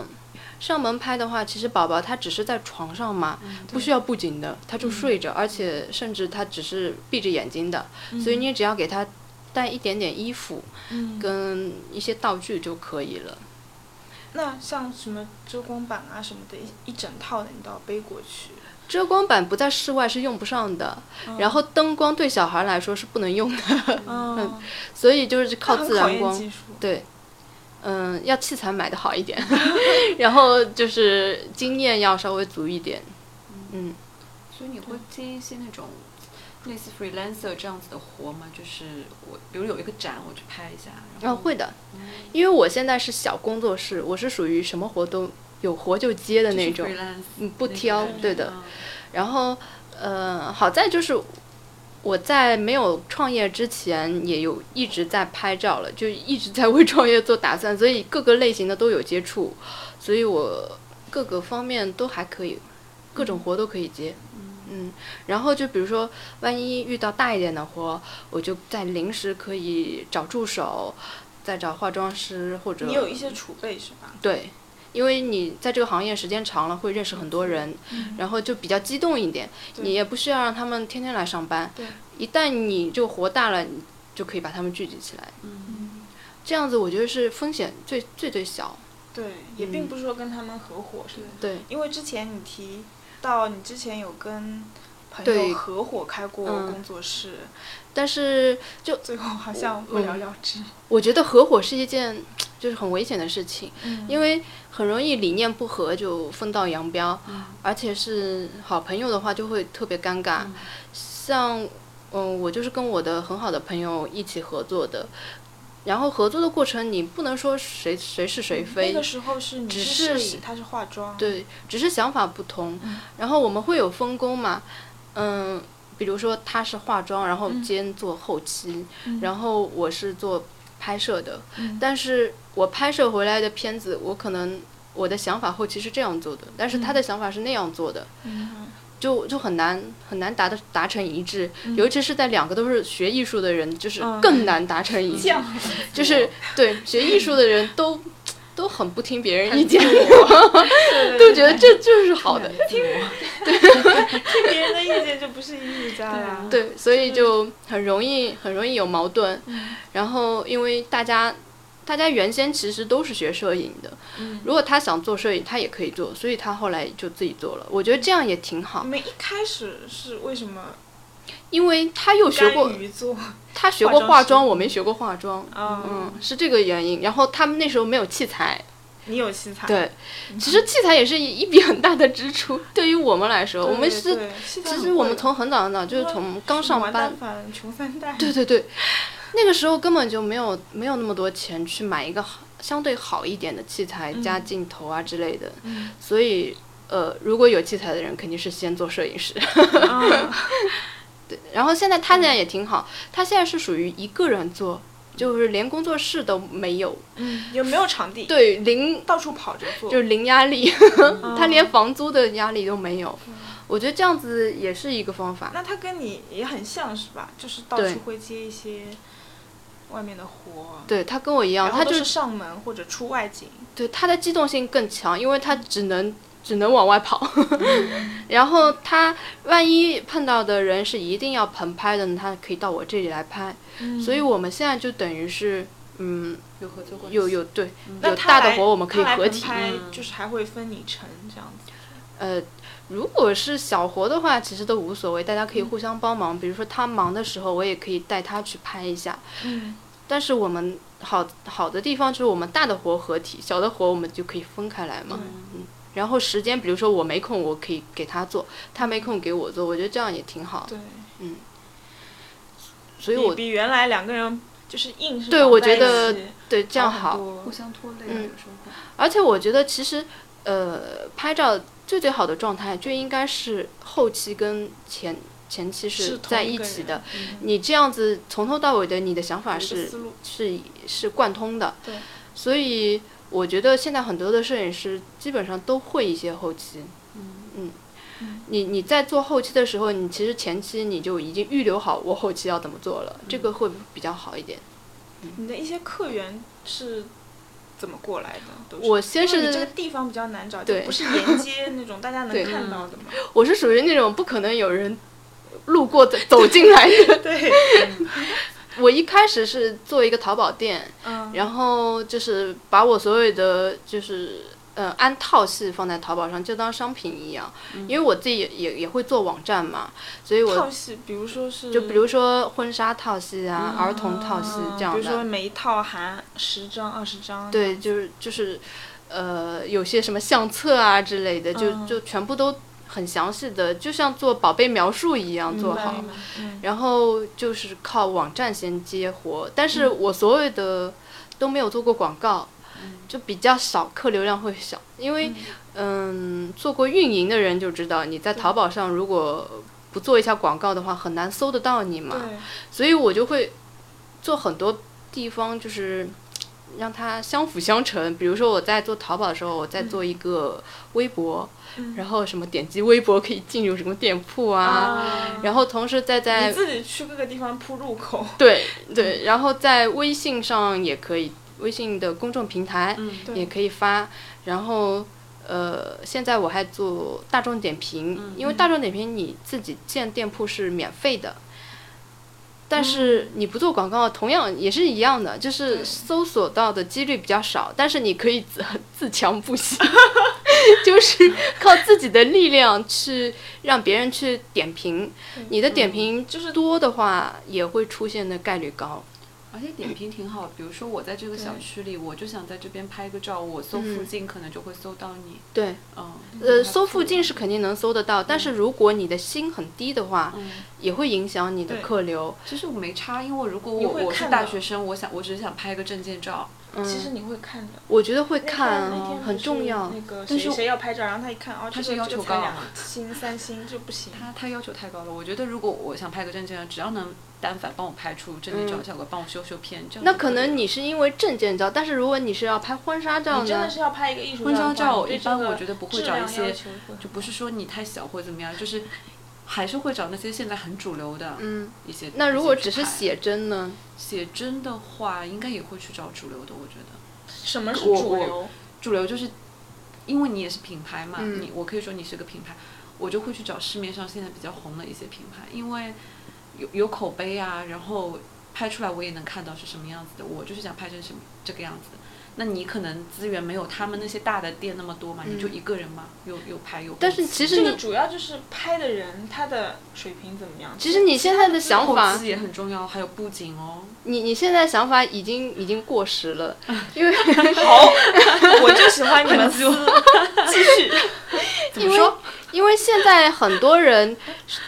[SPEAKER 2] 上门拍的话，其实宝宝他只是在床上嘛，
[SPEAKER 1] 嗯
[SPEAKER 2] 不需要布景的，他就睡着，而且甚至他只是闭着眼睛的，所以你只要给他带一点点衣服
[SPEAKER 1] 嗯，
[SPEAKER 2] 跟一些道具就可以了。
[SPEAKER 1] 那像什么遮光板啊什么的，一一整套的你都要背过去，
[SPEAKER 2] 遮光板不在室外是用不上的，然后灯光对小孩来说是不能用的，
[SPEAKER 1] 嗯，
[SPEAKER 2] 所以就是
[SPEAKER 1] 那
[SPEAKER 2] 靠
[SPEAKER 1] 很
[SPEAKER 2] 自
[SPEAKER 1] 考
[SPEAKER 2] 然
[SPEAKER 1] 验
[SPEAKER 2] 光。
[SPEAKER 1] 技术
[SPEAKER 2] 对，嗯，要器材买的好一点， 然后就是经验要稍微足一点。嗯，
[SPEAKER 3] 所以你会接一些那种类似 freelancer 这样子的活吗？就是我比如有一个展，我去拍一下，
[SPEAKER 2] 啊，
[SPEAKER 3] 然后嗯
[SPEAKER 2] 会的，因为我现在是小工作室，我是属于什么活都有活就接的
[SPEAKER 3] 就是
[SPEAKER 2] 那种，
[SPEAKER 3] freelance
[SPEAKER 2] 嗯，不
[SPEAKER 3] 那种
[SPEAKER 2] 挑
[SPEAKER 3] 感，觉
[SPEAKER 2] 对的。，
[SPEAKER 3] 嗯
[SPEAKER 2] 然后，呃，好在就是我在没有创业之前，也有一直在拍照了，就一直在为创业做打算，所以各个类型的都有接触，所以我各个方面都还可以，各种活都可以接。嗯，然后就比如说，万一遇到大一点的活，我就在临时可以找助手，再找化妆师或者
[SPEAKER 1] 你有一些储备是吧？
[SPEAKER 2] 对，因为你在这个行业时间长了，会认识很多人，嗯然后就比较激动一点。
[SPEAKER 1] 对
[SPEAKER 2] 你也不需要让他们天天来上班
[SPEAKER 1] 对，
[SPEAKER 2] 一旦你就活大了，你就可以把他们聚集起来。
[SPEAKER 3] 嗯，
[SPEAKER 2] 这样子，我觉得是风险最最最小。
[SPEAKER 1] 对，也并
[SPEAKER 2] 嗯
[SPEAKER 1] 不是说跟他们合伙是吧？
[SPEAKER 2] 对，
[SPEAKER 1] 因为之前你提到你之前有跟朋
[SPEAKER 2] 对
[SPEAKER 1] 友合伙开过
[SPEAKER 2] 嗯
[SPEAKER 1] 工作室，
[SPEAKER 2] 但是
[SPEAKER 1] 最后好像不
[SPEAKER 2] 嗯
[SPEAKER 1] 了了之。
[SPEAKER 2] 我觉得合伙是一件就是很危险的事情，
[SPEAKER 1] 嗯
[SPEAKER 2] 因为很容易理念不合就分道扬镳，
[SPEAKER 1] 嗯
[SPEAKER 2] 而且是好朋友的话就会特别尴尬。
[SPEAKER 3] 嗯
[SPEAKER 2] 像嗯，我就是跟我的很好的朋友一起合作的，然后合作的过程你不能说谁谁是谁非，
[SPEAKER 1] 嗯那个时候是你
[SPEAKER 2] 只
[SPEAKER 1] 是
[SPEAKER 2] 是
[SPEAKER 1] 摄影，他是化妆，，
[SPEAKER 2] 对，只是想法不同。
[SPEAKER 1] 嗯
[SPEAKER 2] 然后我们会有分工嘛，嗯，比如说他是化妆，然后
[SPEAKER 1] 嗯
[SPEAKER 2] 兼做后期，
[SPEAKER 1] 嗯
[SPEAKER 2] 然后我是做拍摄的。
[SPEAKER 1] 嗯
[SPEAKER 2] 但是我拍摄回来的片子，我可能我的想法后期是这样做的，但是他的想法是那样做的，
[SPEAKER 1] 嗯
[SPEAKER 2] 就就很难很难达的达成一致。
[SPEAKER 1] 嗯
[SPEAKER 2] 尤其是在两个都是学艺术的人，就是
[SPEAKER 1] 嗯
[SPEAKER 2] 更难达成一致。
[SPEAKER 1] 这样
[SPEAKER 2] 就是对学艺术的人都都很不听别人意见，
[SPEAKER 1] 对
[SPEAKER 2] 都
[SPEAKER 1] 对
[SPEAKER 2] 觉得这就是好的。
[SPEAKER 3] 听哦我，
[SPEAKER 1] 听别人的意见就不是艺术家啦。
[SPEAKER 2] 对，所以就很容易很容易有矛盾。
[SPEAKER 1] 嗯
[SPEAKER 2] 然后因为大家大家原先其实都是学摄影的，
[SPEAKER 1] 嗯，
[SPEAKER 2] 如果他想做摄影，他也可以做，所以他后来就自己做了。我觉得这样也挺好
[SPEAKER 1] 你，们一开始是为什么
[SPEAKER 2] 因为他又学过
[SPEAKER 1] 甘，于做
[SPEAKER 2] 他学过化
[SPEAKER 1] 化妆
[SPEAKER 2] 妆，我没学过化妆。
[SPEAKER 1] 啊？
[SPEAKER 2] 嗯，是这个原因。然后他们那时候没有器材，
[SPEAKER 1] 你有器材，
[SPEAKER 2] 对，
[SPEAKER 1] 嗯
[SPEAKER 2] 其实器材也是一笔很大的支出。对于我们来说，
[SPEAKER 1] 对，
[SPEAKER 2] 我们是
[SPEAKER 1] 对器材
[SPEAKER 2] 其
[SPEAKER 1] 很
[SPEAKER 2] 实我
[SPEAKER 1] 贵的
[SPEAKER 2] 们从很早很早就是从刚上班，
[SPEAKER 1] 反穷三代。
[SPEAKER 2] 对对对，那个时候根本就没有没有那么多钱去买一个好相对好一点的器材
[SPEAKER 1] 嗯
[SPEAKER 2] 加镜头啊之类的，
[SPEAKER 1] 嗯，
[SPEAKER 2] 所以呃，如果有器材的人肯定是先做摄影师。
[SPEAKER 1] 啊
[SPEAKER 2] 对，然后现在他现在也挺好，他现在是属于一个人做，就是连工作室都没有，
[SPEAKER 1] 嗯，有没有场地？，
[SPEAKER 2] 对，零
[SPEAKER 1] 到处跑着做。
[SPEAKER 2] 就是零压力，
[SPEAKER 1] 嗯
[SPEAKER 2] 他连房租的压力都没有。我觉得这样子也是一个方法。
[SPEAKER 1] 那他跟你也很像是吧？就是到
[SPEAKER 2] 对
[SPEAKER 1] 处会接一些外面的活，
[SPEAKER 2] 对他跟我一样，
[SPEAKER 1] 然后
[SPEAKER 2] 他
[SPEAKER 1] 都
[SPEAKER 2] 就是
[SPEAKER 1] 上门或者出外景。
[SPEAKER 2] 对它的机动性更强，因为
[SPEAKER 1] 嗯
[SPEAKER 2] 它只能只能往外跑， 然后它万一碰到的人是一定要棚拍的呢，它可以到我这里来拍，
[SPEAKER 1] 嗯
[SPEAKER 2] 所以我们现在就等于是嗯
[SPEAKER 3] 有合作过，
[SPEAKER 2] 有有对
[SPEAKER 1] 嗯那
[SPEAKER 2] 有
[SPEAKER 1] 他
[SPEAKER 2] 大
[SPEAKER 1] 来
[SPEAKER 2] 的活我们可以
[SPEAKER 1] 他来
[SPEAKER 2] 合
[SPEAKER 1] 棚
[SPEAKER 2] 体，
[SPEAKER 1] 拍
[SPEAKER 3] 嗯
[SPEAKER 1] 就是还会分你成这样子。
[SPEAKER 2] 呃。如果是小活的话，其实都无所谓，大家
[SPEAKER 1] 嗯
[SPEAKER 2] 可以互相帮忙。比如说他忙的时候，我也可以带他去拍一下。
[SPEAKER 1] 嗯，
[SPEAKER 2] 但是我们好好的地方就是我们大的活合体，小的活我们就可以分开来嘛。
[SPEAKER 3] 嗯
[SPEAKER 2] 然后时间，比如说我没空，我可以给他做，他没空给我做，我觉得这样也挺好。
[SPEAKER 1] 对，
[SPEAKER 2] 所以我
[SPEAKER 1] 比比原来两个人就是硬是
[SPEAKER 2] 对
[SPEAKER 1] 绑
[SPEAKER 2] 我
[SPEAKER 1] 在
[SPEAKER 2] 觉得
[SPEAKER 1] 一起
[SPEAKER 2] 对这样
[SPEAKER 1] 好很
[SPEAKER 2] 好，
[SPEAKER 1] 多。
[SPEAKER 3] 互相拖累啊，
[SPEAKER 2] 嗯
[SPEAKER 3] 有时候会
[SPEAKER 2] 而且我觉得其实呃，拍照最最好的状态就应该是后期跟前前期
[SPEAKER 1] 是同
[SPEAKER 2] 在
[SPEAKER 1] 一
[SPEAKER 2] 一
[SPEAKER 1] 个
[SPEAKER 2] 起
[SPEAKER 1] 人
[SPEAKER 2] 的。你这样子从头到尾的你的想
[SPEAKER 1] 有
[SPEAKER 2] 法
[SPEAKER 1] 一个
[SPEAKER 2] 是
[SPEAKER 1] 思路
[SPEAKER 2] 是是贯通的，
[SPEAKER 1] 对，
[SPEAKER 2] 所以我觉得现在很多的摄影师基本上都会一些后期，
[SPEAKER 3] 嗯
[SPEAKER 2] 你你在做后期的时候，你其实前期你就已经预留好我后期要怎么做了，这个会比较好一点。
[SPEAKER 1] 你的一些客源是怎么过来的？都是
[SPEAKER 2] 我先
[SPEAKER 1] 因为你这个
[SPEAKER 2] 是
[SPEAKER 1] 地方比较难找，就
[SPEAKER 2] 对
[SPEAKER 1] 不是沿街那种大家能
[SPEAKER 2] 对嗯
[SPEAKER 1] 看到的嘛。
[SPEAKER 2] 我是属于那种不可能有人路过走走进来的。
[SPEAKER 1] 对，
[SPEAKER 2] 我一开始是做一个淘宝店，
[SPEAKER 1] 嗯，
[SPEAKER 2] 然后就是把我所有的就是呃按套系放在淘宝上，就当商品一样。因为我自己也也也会做网站嘛，所以我
[SPEAKER 1] 嗯套系，比如说是
[SPEAKER 2] 就比如说婚纱套系啊、儿童套系
[SPEAKER 1] 嗯
[SPEAKER 2] 这样
[SPEAKER 1] 比
[SPEAKER 2] 的。
[SPEAKER 1] 如说每一套含十张、二十张。
[SPEAKER 2] 对，就是就是，呃，有些什么相册啊之类的，就
[SPEAKER 1] 嗯
[SPEAKER 2] 就全部都很详细的，就像做宝贝描述一样做
[SPEAKER 1] 明白
[SPEAKER 2] 好。
[SPEAKER 1] 明白嗯
[SPEAKER 2] 然后就是靠网站先接活，但是
[SPEAKER 1] 嗯
[SPEAKER 2] 我所有的都没有做过广告，就比较少，客流量会小，因为嗯做过运营的人就知道，你在淘宝上如果不做一下广告的话，很难搜得到你嘛。
[SPEAKER 1] 对，
[SPEAKER 2] 所以我就会做很多地方，就是让它相辅相成。比如说我在做淘宝的时候，我在做一个微博，
[SPEAKER 1] 嗯
[SPEAKER 2] 然后什么点击微博可以进入什么店铺啊，
[SPEAKER 1] 啊
[SPEAKER 2] 然后同时再
[SPEAKER 1] 你
[SPEAKER 2] 在
[SPEAKER 1] 自己去各个地方铺入口。
[SPEAKER 2] 对对，然后在微信上也可以，微信的公众平台
[SPEAKER 3] 嗯
[SPEAKER 1] 对
[SPEAKER 2] 也可以发，然后。呃，现在我还做大众点评，
[SPEAKER 3] 嗯
[SPEAKER 2] 因为大众点评你自己建店铺是免费的，但是你不做广告，同样也是一样的，就是
[SPEAKER 1] 对
[SPEAKER 2] 搜索到的几率比较少，但是你可以自 自强不息，就是靠自己的力量去让别人去点评
[SPEAKER 1] 对，
[SPEAKER 2] 你的点评就是多的话，也会出现的概率高。
[SPEAKER 3] 而且点评挺好，比如说我在这个小区里，我就想在这边拍个照，我搜附近可能就会搜到你。
[SPEAKER 2] 对，
[SPEAKER 3] 嗯，
[SPEAKER 2] 嗯呃，
[SPEAKER 3] 还
[SPEAKER 2] 搜
[SPEAKER 3] 不错
[SPEAKER 2] 附近是肯定能搜得到，但是如果你的心很低的话，
[SPEAKER 3] 嗯，
[SPEAKER 2] 也会影响你的
[SPEAKER 1] 对
[SPEAKER 2] 客流。
[SPEAKER 3] 其实我没差，因为如果
[SPEAKER 1] 你
[SPEAKER 3] 我
[SPEAKER 1] 会
[SPEAKER 3] 我是
[SPEAKER 1] 看
[SPEAKER 3] 大
[SPEAKER 1] 到
[SPEAKER 3] 学生，我想我只是想拍个证件照，
[SPEAKER 1] 其实
[SPEAKER 2] 嗯，
[SPEAKER 1] 你会看的，
[SPEAKER 2] 我觉得会
[SPEAKER 1] 那天
[SPEAKER 2] 看
[SPEAKER 1] 那天
[SPEAKER 2] 哦，
[SPEAKER 1] 不
[SPEAKER 2] 很
[SPEAKER 1] 是
[SPEAKER 2] 重要。
[SPEAKER 1] 那个
[SPEAKER 3] 但
[SPEAKER 1] 谁
[SPEAKER 3] 是
[SPEAKER 1] 谁要拍照，然后他一看，哦，
[SPEAKER 3] 他
[SPEAKER 1] 这
[SPEAKER 3] 是
[SPEAKER 1] 个
[SPEAKER 3] 要
[SPEAKER 1] 这个
[SPEAKER 3] 求
[SPEAKER 1] 才
[SPEAKER 3] 高
[SPEAKER 2] 啊
[SPEAKER 1] 两星、三星，这不行。
[SPEAKER 3] 他他要求太高了。我觉得如果我想拍个证件照，只要能单反帮我拍出证件照
[SPEAKER 2] 嗯
[SPEAKER 3] 效果，帮我修修片，这样
[SPEAKER 2] 那
[SPEAKER 3] 就
[SPEAKER 2] 可
[SPEAKER 3] 以了
[SPEAKER 2] 能你是因为证件照，但是如果你是要拍婚纱照
[SPEAKER 1] 你真的
[SPEAKER 2] 呢？
[SPEAKER 1] 是要拍一个艺术
[SPEAKER 3] 婚纱
[SPEAKER 1] 的话
[SPEAKER 3] 照，
[SPEAKER 1] 你对
[SPEAKER 3] 一
[SPEAKER 1] 这
[SPEAKER 3] 般
[SPEAKER 1] 个
[SPEAKER 3] 我觉得不会
[SPEAKER 1] 质
[SPEAKER 3] 找一
[SPEAKER 1] 量要
[SPEAKER 3] 些，
[SPEAKER 1] 求会
[SPEAKER 3] 就不是说你太小或者怎么样，就是还是会找那些现在很主流的
[SPEAKER 2] 嗯，
[SPEAKER 3] 一些。
[SPEAKER 2] 那如
[SPEAKER 3] 一
[SPEAKER 2] 果
[SPEAKER 3] 些
[SPEAKER 2] 只是
[SPEAKER 3] 品牌
[SPEAKER 2] 写真呢？
[SPEAKER 3] 写真的话，应该也会去找主流的，我觉得。
[SPEAKER 1] 什么是
[SPEAKER 3] 我
[SPEAKER 1] 主
[SPEAKER 3] 我
[SPEAKER 1] 流？
[SPEAKER 3] 主流就是，因为你也是品牌嘛，
[SPEAKER 2] 嗯
[SPEAKER 3] 你我可以说你是个品牌，我就会去找市面上现在比较红的一些品牌，因为有有口碑啊，然后拍出来我也能看到是什么样子的，我就是想拍成什么这个样子的。那你可能资源没有他们那些大的店那么多嘛，
[SPEAKER 2] 嗯
[SPEAKER 3] 你就一个人嘛，有有拍有后期。
[SPEAKER 2] 但是其实
[SPEAKER 1] 这
[SPEAKER 2] 你
[SPEAKER 1] 个主要就是拍的人他的水平怎么样。
[SPEAKER 2] 其实你现在的想
[SPEAKER 3] 后
[SPEAKER 2] 法，
[SPEAKER 3] 期也很重要，还有布 景哦。
[SPEAKER 2] 你你现在想法已经已经过时 了，因为
[SPEAKER 1] 好，我就喜欢你们撕，继续。
[SPEAKER 3] 怎
[SPEAKER 2] 因
[SPEAKER 3] 么
[SPEAKER 2] 为
[SPEAKER 3] 说？
[SPEAKER 2] 因为现在很多人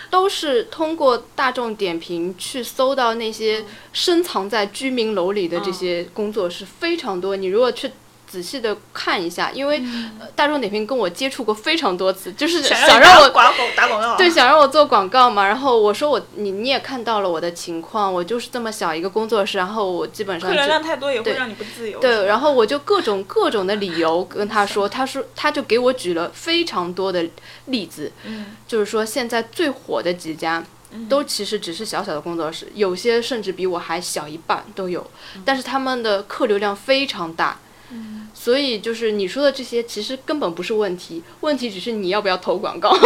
[SPEAKER 2] 都是通过大众点评去搜到那
[SPEAKER 3] 嗯
[SPEAKER 2] 些深藏在居民楼里的这些工作室，非常多。你如果去仔细的看一下，因为
[SPEAKER 3] 嗯
[SPEAKER 2] 呃大众点评跟我接触过非常多次，就是想让
[SPEAKER 1] 让
[SPEAKER 2] 我
[SPEAKER 1] 打广打广告啊，
[SPEAKER 2] 对，想让我做广告嘛，然后我说我你你也看到了我的情况，我就是这么小一个工作室，然后我基本上
[SPEAKER 1] 客流量
[SPEAKER 2] 就
[SPEAKER 1] 太多也会
[SPEAKER 2] 对
[SPEAKER 1] 让你不自由。
[SPEAKER 2] 对，然后我就各种各种的理由跟他说，他说他就给我举了非常多的例子，
[SPEAKER 1] 嗯，
[SPEAKER 2] 就是说现在最火的几家
[SPEAKER 1] 嗯
[SPEAKER 2] 都其实只是小小的工作室，有些甚至比我还小一半都有，但是他们的客流量非常大。
[SPEAKER 1] 嗯
[SPEAKER 2] 所以就是你说的这些，其实根本不是问题，问题只是你要不要投广告。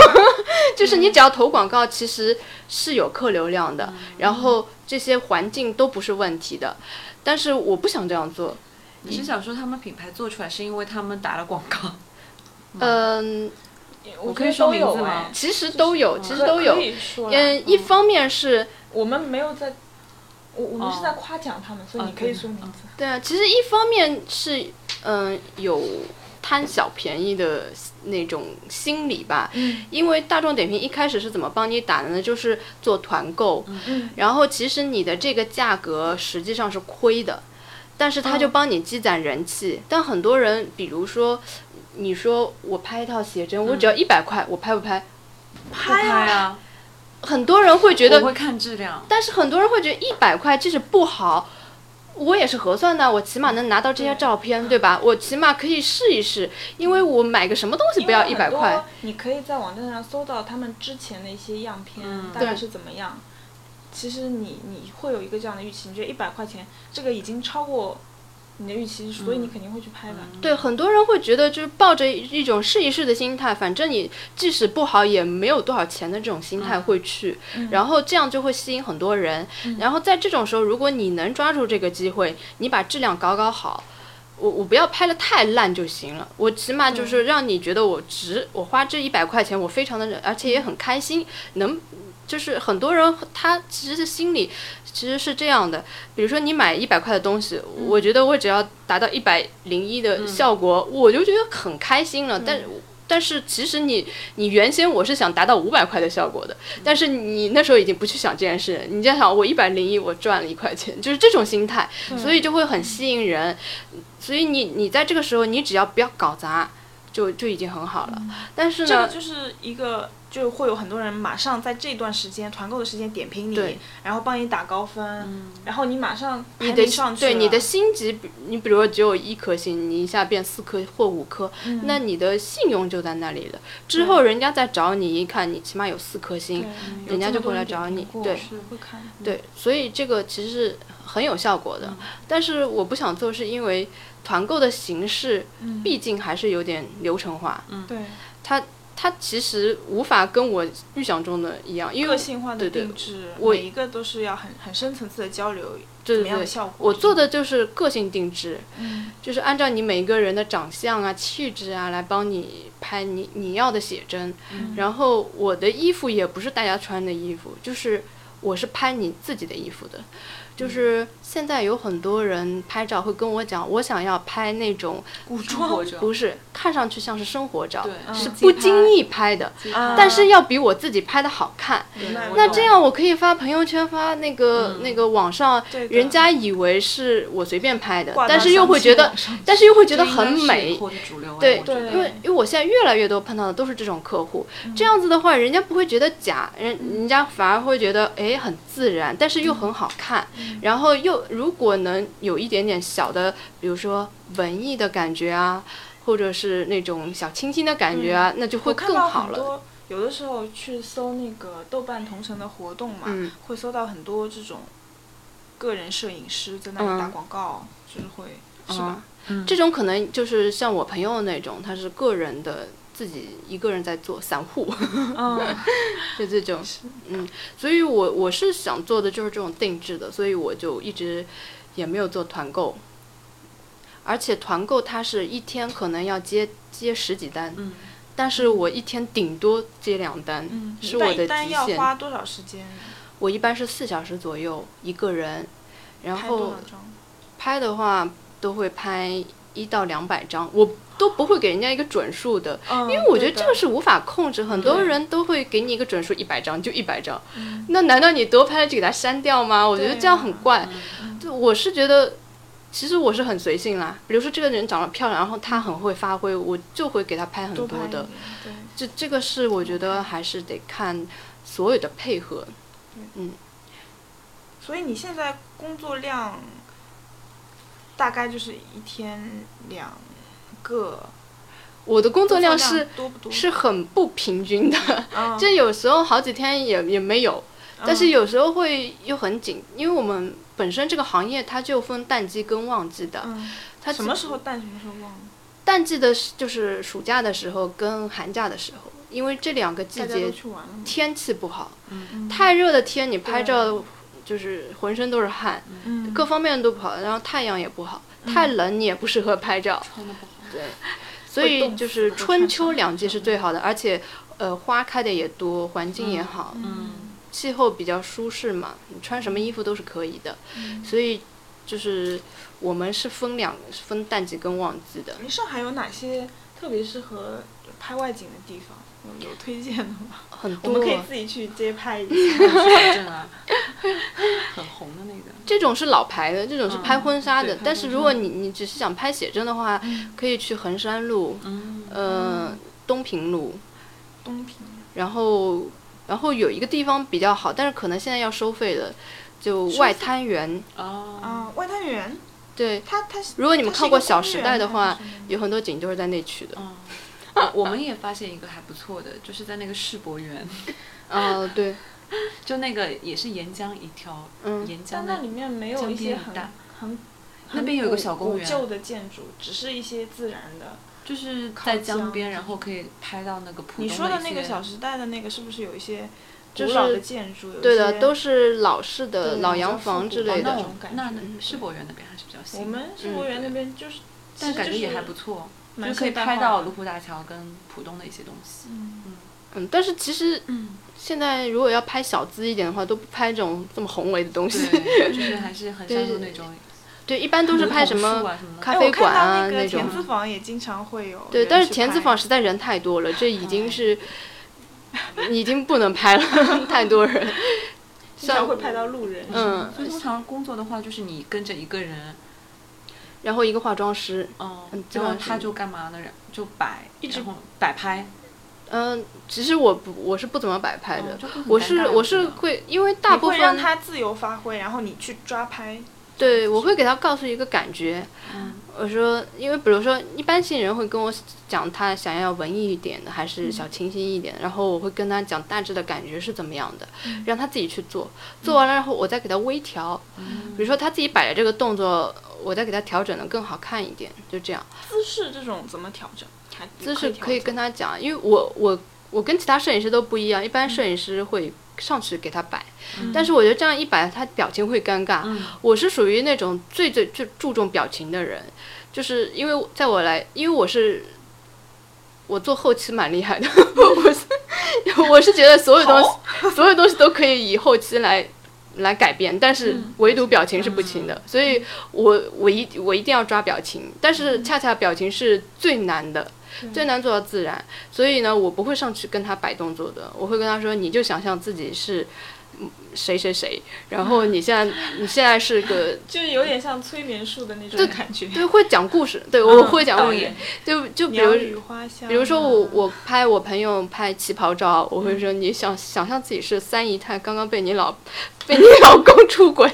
[SPEAKER 2] 就是你只要投广告，其实是有客流量的，然后这些环境都不是问题的。但是我不想这样做，
[SPEAKER 3] 你是想说他们品牌做出来是因为他们打了广告？
[SPEAKER 2] 啊嗯，
[SPEAKER 1] 我觉
[SPEAKER 3] 我可
[SPEAKER 1] 得
[SPEAKER 3] 以说
[SPEAKER 1] 都
[SPEAKER 3] 名字
[SPEAKER 1] 有
[SPEAKER 3] 吗嗯
[SPEAKER 1] 哎
[SPEAKER 2] 其实都有，其实都
[SPEAKER 1] 可
[SPEAKER 2] 有。
[SPEAKER 1] 以说啦
[SPEAKER 2] 嗯，一方面是
[SPEAKER 1] 我们没有在，我我们
[SPEAKER 3] 哦
[SPEAKER 1] 是在夸奖他们，所以
[SPEAKER 3] 哦
[SPEAKER 1] 你可以
[SPEAKER 3] 对
[SPEAKER 1] 说名字。
[SPEAKER 2] 对啊，其实一方面是嗯有贪小便宜的那种心理吧，
[SPEAKER 1] 嗯
[SPEAKER 2] 因为大众点评一开始是怎么帮你打的呢？就是做团购，
[SPEAKER 1] 嗯，
[SPEAKER 2] 然后其实你的这个价格实际上是亏的，但是
[SPEAKER 1] 哦
[SPEAKER 2] 它就帮你积攒人气。但很多人，比如说，你说我拍一套写
[SPEAKER 1] 嗯
[SPEAKER 2] 真，我只要一百块，我拍不拍？
[SPEAKER 3] 不拍啊，
[SPEAKER 2] 很多人会觉
[SPEAKER 3] 我
[SPEAKER 2] 得，
[SPEAKER 3] 会看质量。
[SPEAKER 2] 但是很多人会觉得一百块即使不好。我也是核算的，我起码能拿到这些照片，对吧？我起码可以试一试，因为我买个什么东西不要一百块，，
[SPEAKER 1] 你可以在网站上搜到他们之前的一些样片，
[SPEAKER 3] 嗯
[SPEAKER 1] 大概是怎么样。其实你你会有一个这样的预期，你觉得哎一百块钱这个已经超过你的预期，所以
[SPEAKER 3] 嗯
[SPEAKER 1] 你肯定会去拍吧。
[SPEAKER 2] 对，很多人会觉得就是抱着一一种试一试的心态，反正你即使不好也没有多少钱的这种心态会去，
[SPEAKER 1] 嗯
[SPEAKER 2] 然后这样就会吸引很多人。
[SPEAKER 1] 嗯
[SPEAKER 2] 然后在这种时候，如果你能抓住这个机会，你把质量搞搞好，我我不要拍的太烂就行了，我起码就是让你觉得我值，我花这一百块钱，我非常的忍，而且也很开心，能就是很多人他其实是心里其实是这样的，比如说你买一百块的东西，
[SPEAKER 1] 嗯
[SPEAKER 2] 我觉得我只要达到一百零一的效果，我就觉得很开心了，
[SPEAKER 1] 嗯
[SPEAKER 2] 但。但是其实你，你原先我是想达到五百块的效果的，
[SPEAKER 1] 嗯
[SPEAKER 2] 但是你那时候已经不去想这件事，你在想我一百零一我赚了一块钱，就是这种心态，
[SPEAKER 1] 嗯
[SPEAKER 2] 所以就会很吸引人。所以你你在这个时候，你只要不要搞砸，就就已经很好
[SPEAKER 1] 嗯
[SPEAKER 2] 了。但是
[SPEAKER 1] 这
[SPEAKER 2] 呢
[SPEAKER 1] 个，就是一个，就会有很多人马上在这段时间团购的时间点评你
[SPEAKER 2] 对，
[SPEAKER 1] 然后帮你打高分，
[SPEAKER 3] 嗯
[SPEAKER 1] 然后你马上排
[SPEAKER 2] 你的
[SPEAKER 1] 名上去
[SPEAKER 2] 对
[SPEAKER 1] 了
[SPEAKER 2] 你的星级，比你比如说只有一颗星，你一下变四颗或五颗，
[SPEAKER 1] 嗯
[SPEAKER 2] 那你的信用就在那里了。之后人家再找你一看，你起码有四颗星
[SPEAKER 1] 对，
[SPEAKER 3] 嗯
[SPEAKER 1] 有
[SPEAKER 2] 人家
[SPEAKER 1] 这么
[SPEAKER 2] 就
[SPEAKER 1] 多
[SPEAKER 2] 会来
[SPEAKER 1] 人点
[SPEAKER 2] 找
[SPEAKER 1] 评
[SPEAKER 2] 你
[SPEAKER 1] 过
[SPEAKER 2] 对
[SPEAKER 1] 是会看，
[SPEAKER 2] 对，所以这个其实是很有效果的。
[SPEAKER 1] 嗯
[SPEAKER 2] 但是我不想做，是因为团购的形式
[SPEAKER 1] 嗯
[SPEAKER 2] 毕竟还是有点流程化，
[SPEAKER 1] 对
[SPEAKER 2] 它其实无法跟我预想中的一样，因为
[SPEAKER 1] 个性化的
[SPEAKER 2] 对对
[SPEAKER 1] 定制，
[SPEAKER 2] 我
[SPEAKER 1] 每一个都是要很很深层次的交流，
[SPEAKER 2] 对
[SPEAKER 1] 怎么样
[SPEAKER 2] 对
[SPEAKER 1] 的
[SPEAKER 2] 对。
[SPEAKER 1] 效果？
[SPEAKER 2] 我做的就是个性定制，
[SPEAKER 1] 嗯
[SPEAKER 2] 就是按照你每个人的长相啊、气质啊来帮你拍你你要的写真。
[SPEAKER 1] 嗯
[SPEAKER 2] 然后我的衣服也不是大家穿的衣服，就是我是拍你自己的衣服的。就是现在有很多人拍照会跟我讲，我想要拍那种
[SPEAKER 1] 古
[SPEAKER 3] 生活
[SPEAKER 1] 装
[SPEAKER 3] 者，
[SPEAKER 2] 不是看上去像是生活照，
[SPEAKER 3] 对，
[SPEAKER 2] 是
[SPEAKER 1] 嗯
[SPEAKER 2] 不经意拍的，
[SPEAKER 3] 街拍，
[SPEAKER 1] 啊
[SPEAKER 2] 但是要比我自己拍的好看。
[SPEAKER 3] 对
[SPEAKER 1] 明白
[SPEAKER 3] 我
[SPEAKER 2] 那
[SPEAKER 3] 懂
[SPEAKER 2] 这样我可以发朋友圈，发那个、
[SPEAKER 3] 嗯
[SPEAKER 2] 那个网上，
[SPEAKER 1] 对的
[SPEAKER 2] 人家以为是我随便拍的
[SPEAKER 1] 挂，到
[SPEAKER 2] 但是又会觉得
[SPEAKER 1] 相，机网上
[SPEAKER 2] 但是又会觉得
[SPEAKER 3] 这应
[SPEAKER 2] 很
[SPEAKER 3] 该是以
[SPEAKER 2] 美。
[SPEAKER 3] 后的主流啊
[SPEAKER 2] 对
[SPEAKER 3] 我觉得
[SPEAKER 2] 因为因为我现在越来越多碰到的都是这种客户，
[SPEAKER 1] 嗯
[SPEAKER 2] 这样子的话，人家不会觉得假，人人家反而会觉得哎很自然，但是
[SPEAKER 1] 嗯
[SPEAKER 2] 又很好看，然后又如果能有一点点小的，比如说文艺的感觉啊，或者是那种小清新的感觉啊，那就
[SPEAKER 1] 嗯我
[SPEAKER 2] 会
[SPEAKER 1] 看
[SPEAKER 2] 更
[SPEAKER 1] 到
[SPEAKER 2] 好
[SPEAKER 1] 很
[SPEAKER 2] 了。
[SPEAKER 1] 多，有的时候去搜那个豆瓣同城的活动嘛，
[SPEAKER 2] 嗯
[SPEAKER 1] 会搜到很多这种个人摄影师在那里打
[SPEAKER 2] 嗯
[SPEAKER 1] 广告，就是会是
[SPEAKER 2] 啊
[SPEAKER 1] 吧？，
[SPEAKER 3] 嗯
[SPEAKER 2] 这种可能就是像我朋友那种，他是个人的。自己一个人在做散户，
[SPEAKER 1] 嗯，
[SPEAKER 2] 就这种，嗯，所以我我是想做的就是这种定制的，所以我就一直也没有做团购，而且团购它是一天可能要接接十几单，
[SPEAKER 3] 嗯，
[SPEAKER 2] 但是我一天顶多接两单，
[SPEAKER 1] 嗯
[SPEAKER 2] 是
[SPEAKER 1] 但
[SPEAKER 2] 我的
[SPEAKER 1] 一单
[SPEAKER 2] 极
[SPEAKER 1] 要
[SPEAKER 2] 限
[SPEAKER 1] 花多少时间？
[SPEAKER 2] 我一般是四小时左右一个人，然
[SPEAKER 1] 拍多
[SPEAKER 2] 后
[SPEAKER 1] 少张？
[SPEAKER 2] 拍的话都会拍一到两百张，我都不会给人家一个准数的，
[SPEAKER 1] 嗯，
[SPEAKER 2] 因为我觉
[SPEAKER 1] 对
[SPEAKER 2] 得这
[SPEAKER 1] 的
[SPEAKER 2] 个是无法控制，很多
[SPEAKER 3] 对
[SPEAKER 2] 人都会给你一个准数一百张就一百张
[SPEAKER 1] 嗯，
[SPEAKER 2] 那难道你多拍了就给它删掉吗？我觉得
[SPEAKER 1] 对
[SPEAKER 2] 这样很
[SPEAKER 1] 啊
[SPEAKER 2] 怪
[SPEAKER 3] 嗯。
[SPEAKER 2] 就我是觉得，其实我是很随性啦。比如说这个人长得漂亮，然后她很会发挥，我就会给她拍很
[SPEAKER 1] 多
[SPEAKER 2] 多
[SPEAKER 1] 拍一
[SPEAKER 2] 的
[SPEAKER 1] 点。，对。
[SPEAKER 2] 这这个是我觉得还是得看所有的配合。
[SPEAKER 1] 所以你现在工作量大概就是一天两个，
[SPEAKER 2] 我的工作量是
[SPEAKER 1] 多不多？
[SPEAKER 2] 是很不平均的，
[SPEAKER 1] 嗯，
[SPEAKER 2] 就有时候好几天也也没有。但是有时候会又很紧，因为我们本身这个行业它就分淡季跟旺季的。
[SPEAKER 1] 嗯，
[SPEAKER 2] 它
[SPEAKER 1] 什么时候淡，什么时候旺？
[SPEAKER 2] 淡季的是就是暑假的时候跟寒假的时候，因为这两个季
[SPEAKER 1] 大家都
[SPEAKER 2] 节
[SPEAKER 1] 去玩了吗？
[SPEAKER 2] 天气不好，
[SPEAKER 1] 嗯
[SPEAKER 2] 太热的天你拍
[SPEAKER 1] 对
[SPEAKER 2] 照就是浑身都是汗，
[SPEAKER 1] 嗯
[SPEAKER 2] 各方面都不好，然后太阳也不好，太冷你也不适合拍照。
[SPEAKER 3] 穿的不好，
[SPEAKER 2] 对，所
[SPEAKER 1] 会冻
[SPEAKER 2] 以
[SPEAKER 1] 死
[SPEAKER 2] 就是
[SPEAKER 1] 会
[SPEAKER 2] 春
[SPEAKER 1] 穿
[SPEAKER 2] 秋
[SPEAKER 1] 上
[SPEAKER 2] 两季是最好的，而且呃花开的也多，环境也好，
[SPEAKER 3] 嗯
[SPEAKER 2] 气候比较舒适嘛，你穿什么衣服都是可以的。
[SPEAKER 1] 嗯
[SPEAKER 2] 所以就是我们是分两分淡季跟旺季的。
[SPEAKER 1] 你上海有哪些特别适合拍外景的地方？有有推荐的吗？
[SPEAKER 2] 很
[SPEAKER 1] 我
[SPEAKER 2] 多
[SPEAKER 1] 们可以自己去街拍一下。
[SPEAKER 3] 小镇啊，很红的那个，
[SPEAKER 2] 这种是老牌的，这种是拍
[SPEAKER 3] 嗯
[SPEAKER 2] 婚纱的。
[SPEAKER 3] 对
[SPEAKER 2] 但
[SPEAKER 3] 拍
[SPEAKER 2] 是
[SPEAKER 3] 婚
[SPEAKER 2] 如果你你只是想拍写真的话，
[SPEAKER 1] 嗯
[SPEAKER 2] 可以去衡山路，
[SPEAKER 3] 嗯
[SPEAKER 2] 呃，东平路，
[SPEAKER 1] 东平，
[SPEAKER 2] 然后然后有一个地方比较好，但是可能现在要收费了，就
[SPEAKER 1] 收
[SPEAKER 2] 外
[SPEAKER 1] 费
[SPEAKER 2] 滩园。
[SPEAKER 3] 啊，
[SPEAKER 2] 哦
[SPEAKER 1] 啊，外滩源，
[SPEAKER 2] 对，
[SPEAKER 1] 它它是
[SPEAKER 2] 如果你
[SPEAKER 1] 它
[SPEAKER 2] 们
[SPEAKER 1] 是
[SPEAKER 2] 看
[SPEAKER 1] 一
[SPEAKER 2] 过《
[SPEAKER 1] 个
[SPEAKER 2] 小
[SPEAKER 1] 公
[SPEAKER 2] 时
[SPEAKER 1] 园
[SPEAKER 2] 代》的
[SPEAKER 1] 还
[SPEAKER 2] 话
[SPEAKER 1] 是什么，
[SPEAKER 2] 有很多景都是在那取的。
[SPEAKER 3] 嗯，我我们也发现一个还不错的，就是在那个世博园，
[SPEAKER 2] 嗯、
[SPEAKER 1] 啊
[SPEAKER 2] 对，
[SPEAKER 3] 就那个也是沿江一条，
[SPEAKER 2] 嗯，
[SPEAKER 3] 沿江
[SPEAKER 1] 但那
[SPEAKER 3] 的
[SPEAKER 1] 里面没有
[SPEAKER 3] 江
[SPEAKER 1] 一些
[SPEAKER 3] 边很
[SPEAKER 1] 很
[SPEAKER 3] 大
[SPEAKER 1] 很
[SPEAKER 3] 那边有一个小公
[SPEAKER 1] 古
[SPEAKER 3] 园
[SPEAKER 1] 旧的建筑，只是一些自然的。
[SPEAKER 3] 就是在江边，
[SPEAKER 1] 靠江
[SPEAKER 3] 然后可以拍到那个浦东
[SPEAKER 1] 你说的
[SPEAKER 3] 一
[SPEAKER 1] 那
[SPEAKER 3] 些哦
[SPEAKER 1] 个《小时代》的那个，是不是有一些古
[SPEAKER 2] 就
[SPEAKER 1] 老的
[SPEAKER 2] 是
[SPEAKER 1] 建筑？有一
[SPEAKER 2] 对
[SPEAKER 1] 些
[SPEAKER 2] 的，都是老式的
[SPEAKER 1] 对
[SPEAKER 2] 老
[SPEAKER 1] 比较
[SPEAKER 2] 洋
[SPEAKER 1] 复
[SPEAKER 2] 房
[SPEAKER 1] 古
[SPEAKER 2] 之
[SPEAKER 1] 的
[SPEAKER 2] 类
[SPEAKER 1] 那
[SPEAKER 2] 的
[SPEAKER 1] 种。
[SPEAKER 3] 哦那我
[SPEAKER 1] 感嗯
[SPEAKER 3] 那世博园那边还是比较新。
[SPEAKER 1] 我们世博园那边就是其
[SPEAKER 3] 但
[SPEAKER 1] 实
[SPEAKER 3] 感
[SPEAKER 1] 就
[SPEAKER 3] 觉也
[SPEAKER 1] 是
[SPEAKER 3] 还不错，就
[SPEAKER 1] 蛮
[SPEAKER 3] 是可以
[SPEAKER 1] 现代
[SPEAKER 3] 拍
[SPEAKER 1] 化
[SPEAKER 3] 到
[SPEAKER 1] 的
[SPEAKER 3] 卢浦大桥跟浦东的一些东西。
[SPEAKER 1] 嗯
[SPEAKER 2] 嗯，但是其实
[SPEAKER 3] 嗯，
[SPEAKER 2] 现在如果要拍小资一点的话，都不拍这种这么宏伟的东西。
[SPEAKER 3] 对，就是还是很
[SPEAKER 2] 对
[SPEAKER 3] 深入那种，
[SPEAKER 2] 对，一般都是拍什
[SPEAKER 3] 什
[SPEAKER 2] 么
[SPEAKER 3] 么啊什么的
[SPEAKER 2] 咖
[SPEAKER 1] 哎
[SPEAKER 2] 啡
[SPEAKER 1] 我看
[SPEAKER 2] 馆
[SPEAKER 1] 到
[SPEAKER 2] 啊
[SPEAKER 1] 那个
[SPEAKER 2] 种
[SPEAKER 1] 田。字坊也经常会有
[SPEAKER 2] 对，
[SPEAKER 1] 人
[SPEAKER 2] 但是
[SPEAKER 1] 去
[SPEAKER 2] 田字
[SPEAKER 1] 拍
[SPEAKER 2] 坊实在人太多了，这已经是已经不能拍了， 太多人。
[SPEAKER 1] 经常
[SPEAKER 2] 像
[SPEAKER 1] 会拍到路人，
[SPEAKER 2] 嗯
[SPEAKER 3] 所以通常工作的话，就是你跟着一个人，
[SPEAKER 2] 然后一个化妆师，
[SPEAKER 3] 嗯
[SPEAKER 2] 嗯，基
[SPEAKER 3] 然
[SPEAKER 2] 本
[SPEAKER 3] 后
[SPEAKER 2] 上是
[SPEAKER 3] 他就干嘛呢？然就摆，
[SPEAKER 1] 一直
[SPEAKER 3] 然后摆拍，
[SPEAKER 2] 嗯、其实我不我是不怎么摆拍的
[SPEAKER 3] 嗯，就会很
[SPEAKER 2] 我
[SPEAKER 3] 尴
[SPEAKER 2] 是
[SPEAKER 3] 尬
[SPEAKER 2] 我是
[SPEAKER 3] 觉得
[SPEAKER 2] 会，因为大
[SPEAKER 1] 你
[SPEAKER 2] 部
[SPEAKER 1] 会让
[SPEAKER 2] 分
[SPEAKER 1] 他自由发挥，然后你去抓拍。
[SPEAKER 2] 对我会给他告诉一个感觉，
[SPEAKER 3] 嗯
[SPEAKER 2] 我说，因为比如说一般性人会跟我讲他想要文艺一点的，还是小清新一点的，然后我会跟他讲大致的感觉是怎么样的，让他自己去做，做完了然后我再给他微调，
[SPEAKER 3] 嗯
[SPEAKER 2] 比如说他自己摆的这个动作，我再给他调整的更好看一点，就这样。
[SPEAKER 1] 姿势这种怎么调整？还
[SPEAKER 2] 姿势
[SPEAKER 1] 调
[SPEAKER 2] 可以
[SPEAKER 1] 整
[SPEAKER 2] 跟他讲，因为我我我跟其他摄影师都不一样，一般摄影师会上去给他摆，
[SPEAKER 3] 嗯
[SPEAKER 2] 但是我觉得这样一摆，他表情会尴尬。
[SPEAKER 3] 嗯
[SPEAKER 2] 我是属于那种最最最注重表情的人，就是因为在我来，因为我是。我做后期蛮厉害的， 我是我是觉得所有东西， 所有东西都可以以后期来来改变，但是
[SPEAKER 1] 嗯
[SPEAKER 2] 唯独表情是不行的，所以我我一我一定要抓表情，但是恰恰表情是最难的，最难做到自然。所以呢，我不会上去跟他摆动作的，我会跟他说，你就想象自己是嗯谁谁谁，然后你现在你现在是 个
[SPEAKER 1] 就是有点像催眠术的那种
[SPEAKER 2] 对
[SPEAKER 1] 感觉。
[SPEAKER 2] 对会讲故事，对我会讲
[SPEAKER 3] 嗯导
[SPEAKER 2] 故事
[SPEAKER 3] 演，
[SPEAKER 2] 就就比
[SPEAKER 1] 鸟
[SPEAKER 2] 如
[SPEAKER 1] 语花香啊。
[SPEAKER 2] 比如
[SPEAKER 3] 嗯
[SPEAKER 2] 说我我拍我朋友拍旗袍照，我会说你想想象自己是三姨太刚刚被你 老被你老公出轨，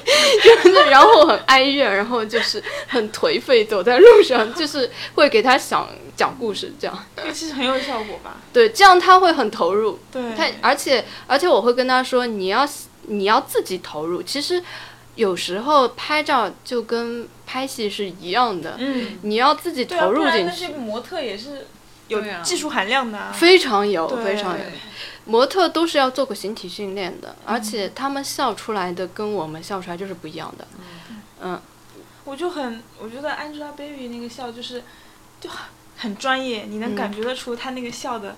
[SPEAKER 2] 就是然后很哀怨，然后就是很颓废走在路上，就是会给他想讲故事这样。
[SPEAKER 1] 这个其实很有效果吧？
[SPEAKER 2] 对，这样他会很投入。
[SPEAKER 1] 对，
[SPEAKER 2] 他而且而且我会跟他说，你要你要自己投入。其实有时候拍照就跟拍戏是一样的，
[SPEAKER 1] 嗯，
[SPEAKER 2] 你要自己
[SPEAKER 1] 对啊，
[SPEAKER 2] 投
[SPEAKER 1] 不
[SPEAKER 2] 入
[SPEAKER 1] 然
[SPEAKER 2] 进
[SPEAKER 1] 那
[SPEAKER 2] 去
[SPEAKER 1] 些，模特也是有
[SPEAKER 3] 对啊
[SPEAKER 1] 技术含量的啊。
[SPEAKER 2] 非常有
[SPEAKER 1] 对
[SPEAKER 2] 非常有。
[SPEAKER 3] 对
[SPEAKER 2] 模特都是要做过形体训练的，而且他们笑出来的跟我们笑出来就是不一样的。
[SPEAKER 1] 哦
[SPEAKER 2] 嗯，
[SPEAKER 1] 我就很，我觉得 Angelababy 那个笑就是，就很专业，你能
[SPEAKER 2] 嗯
[SPEAKER 1] 感觉得出她那个笑的，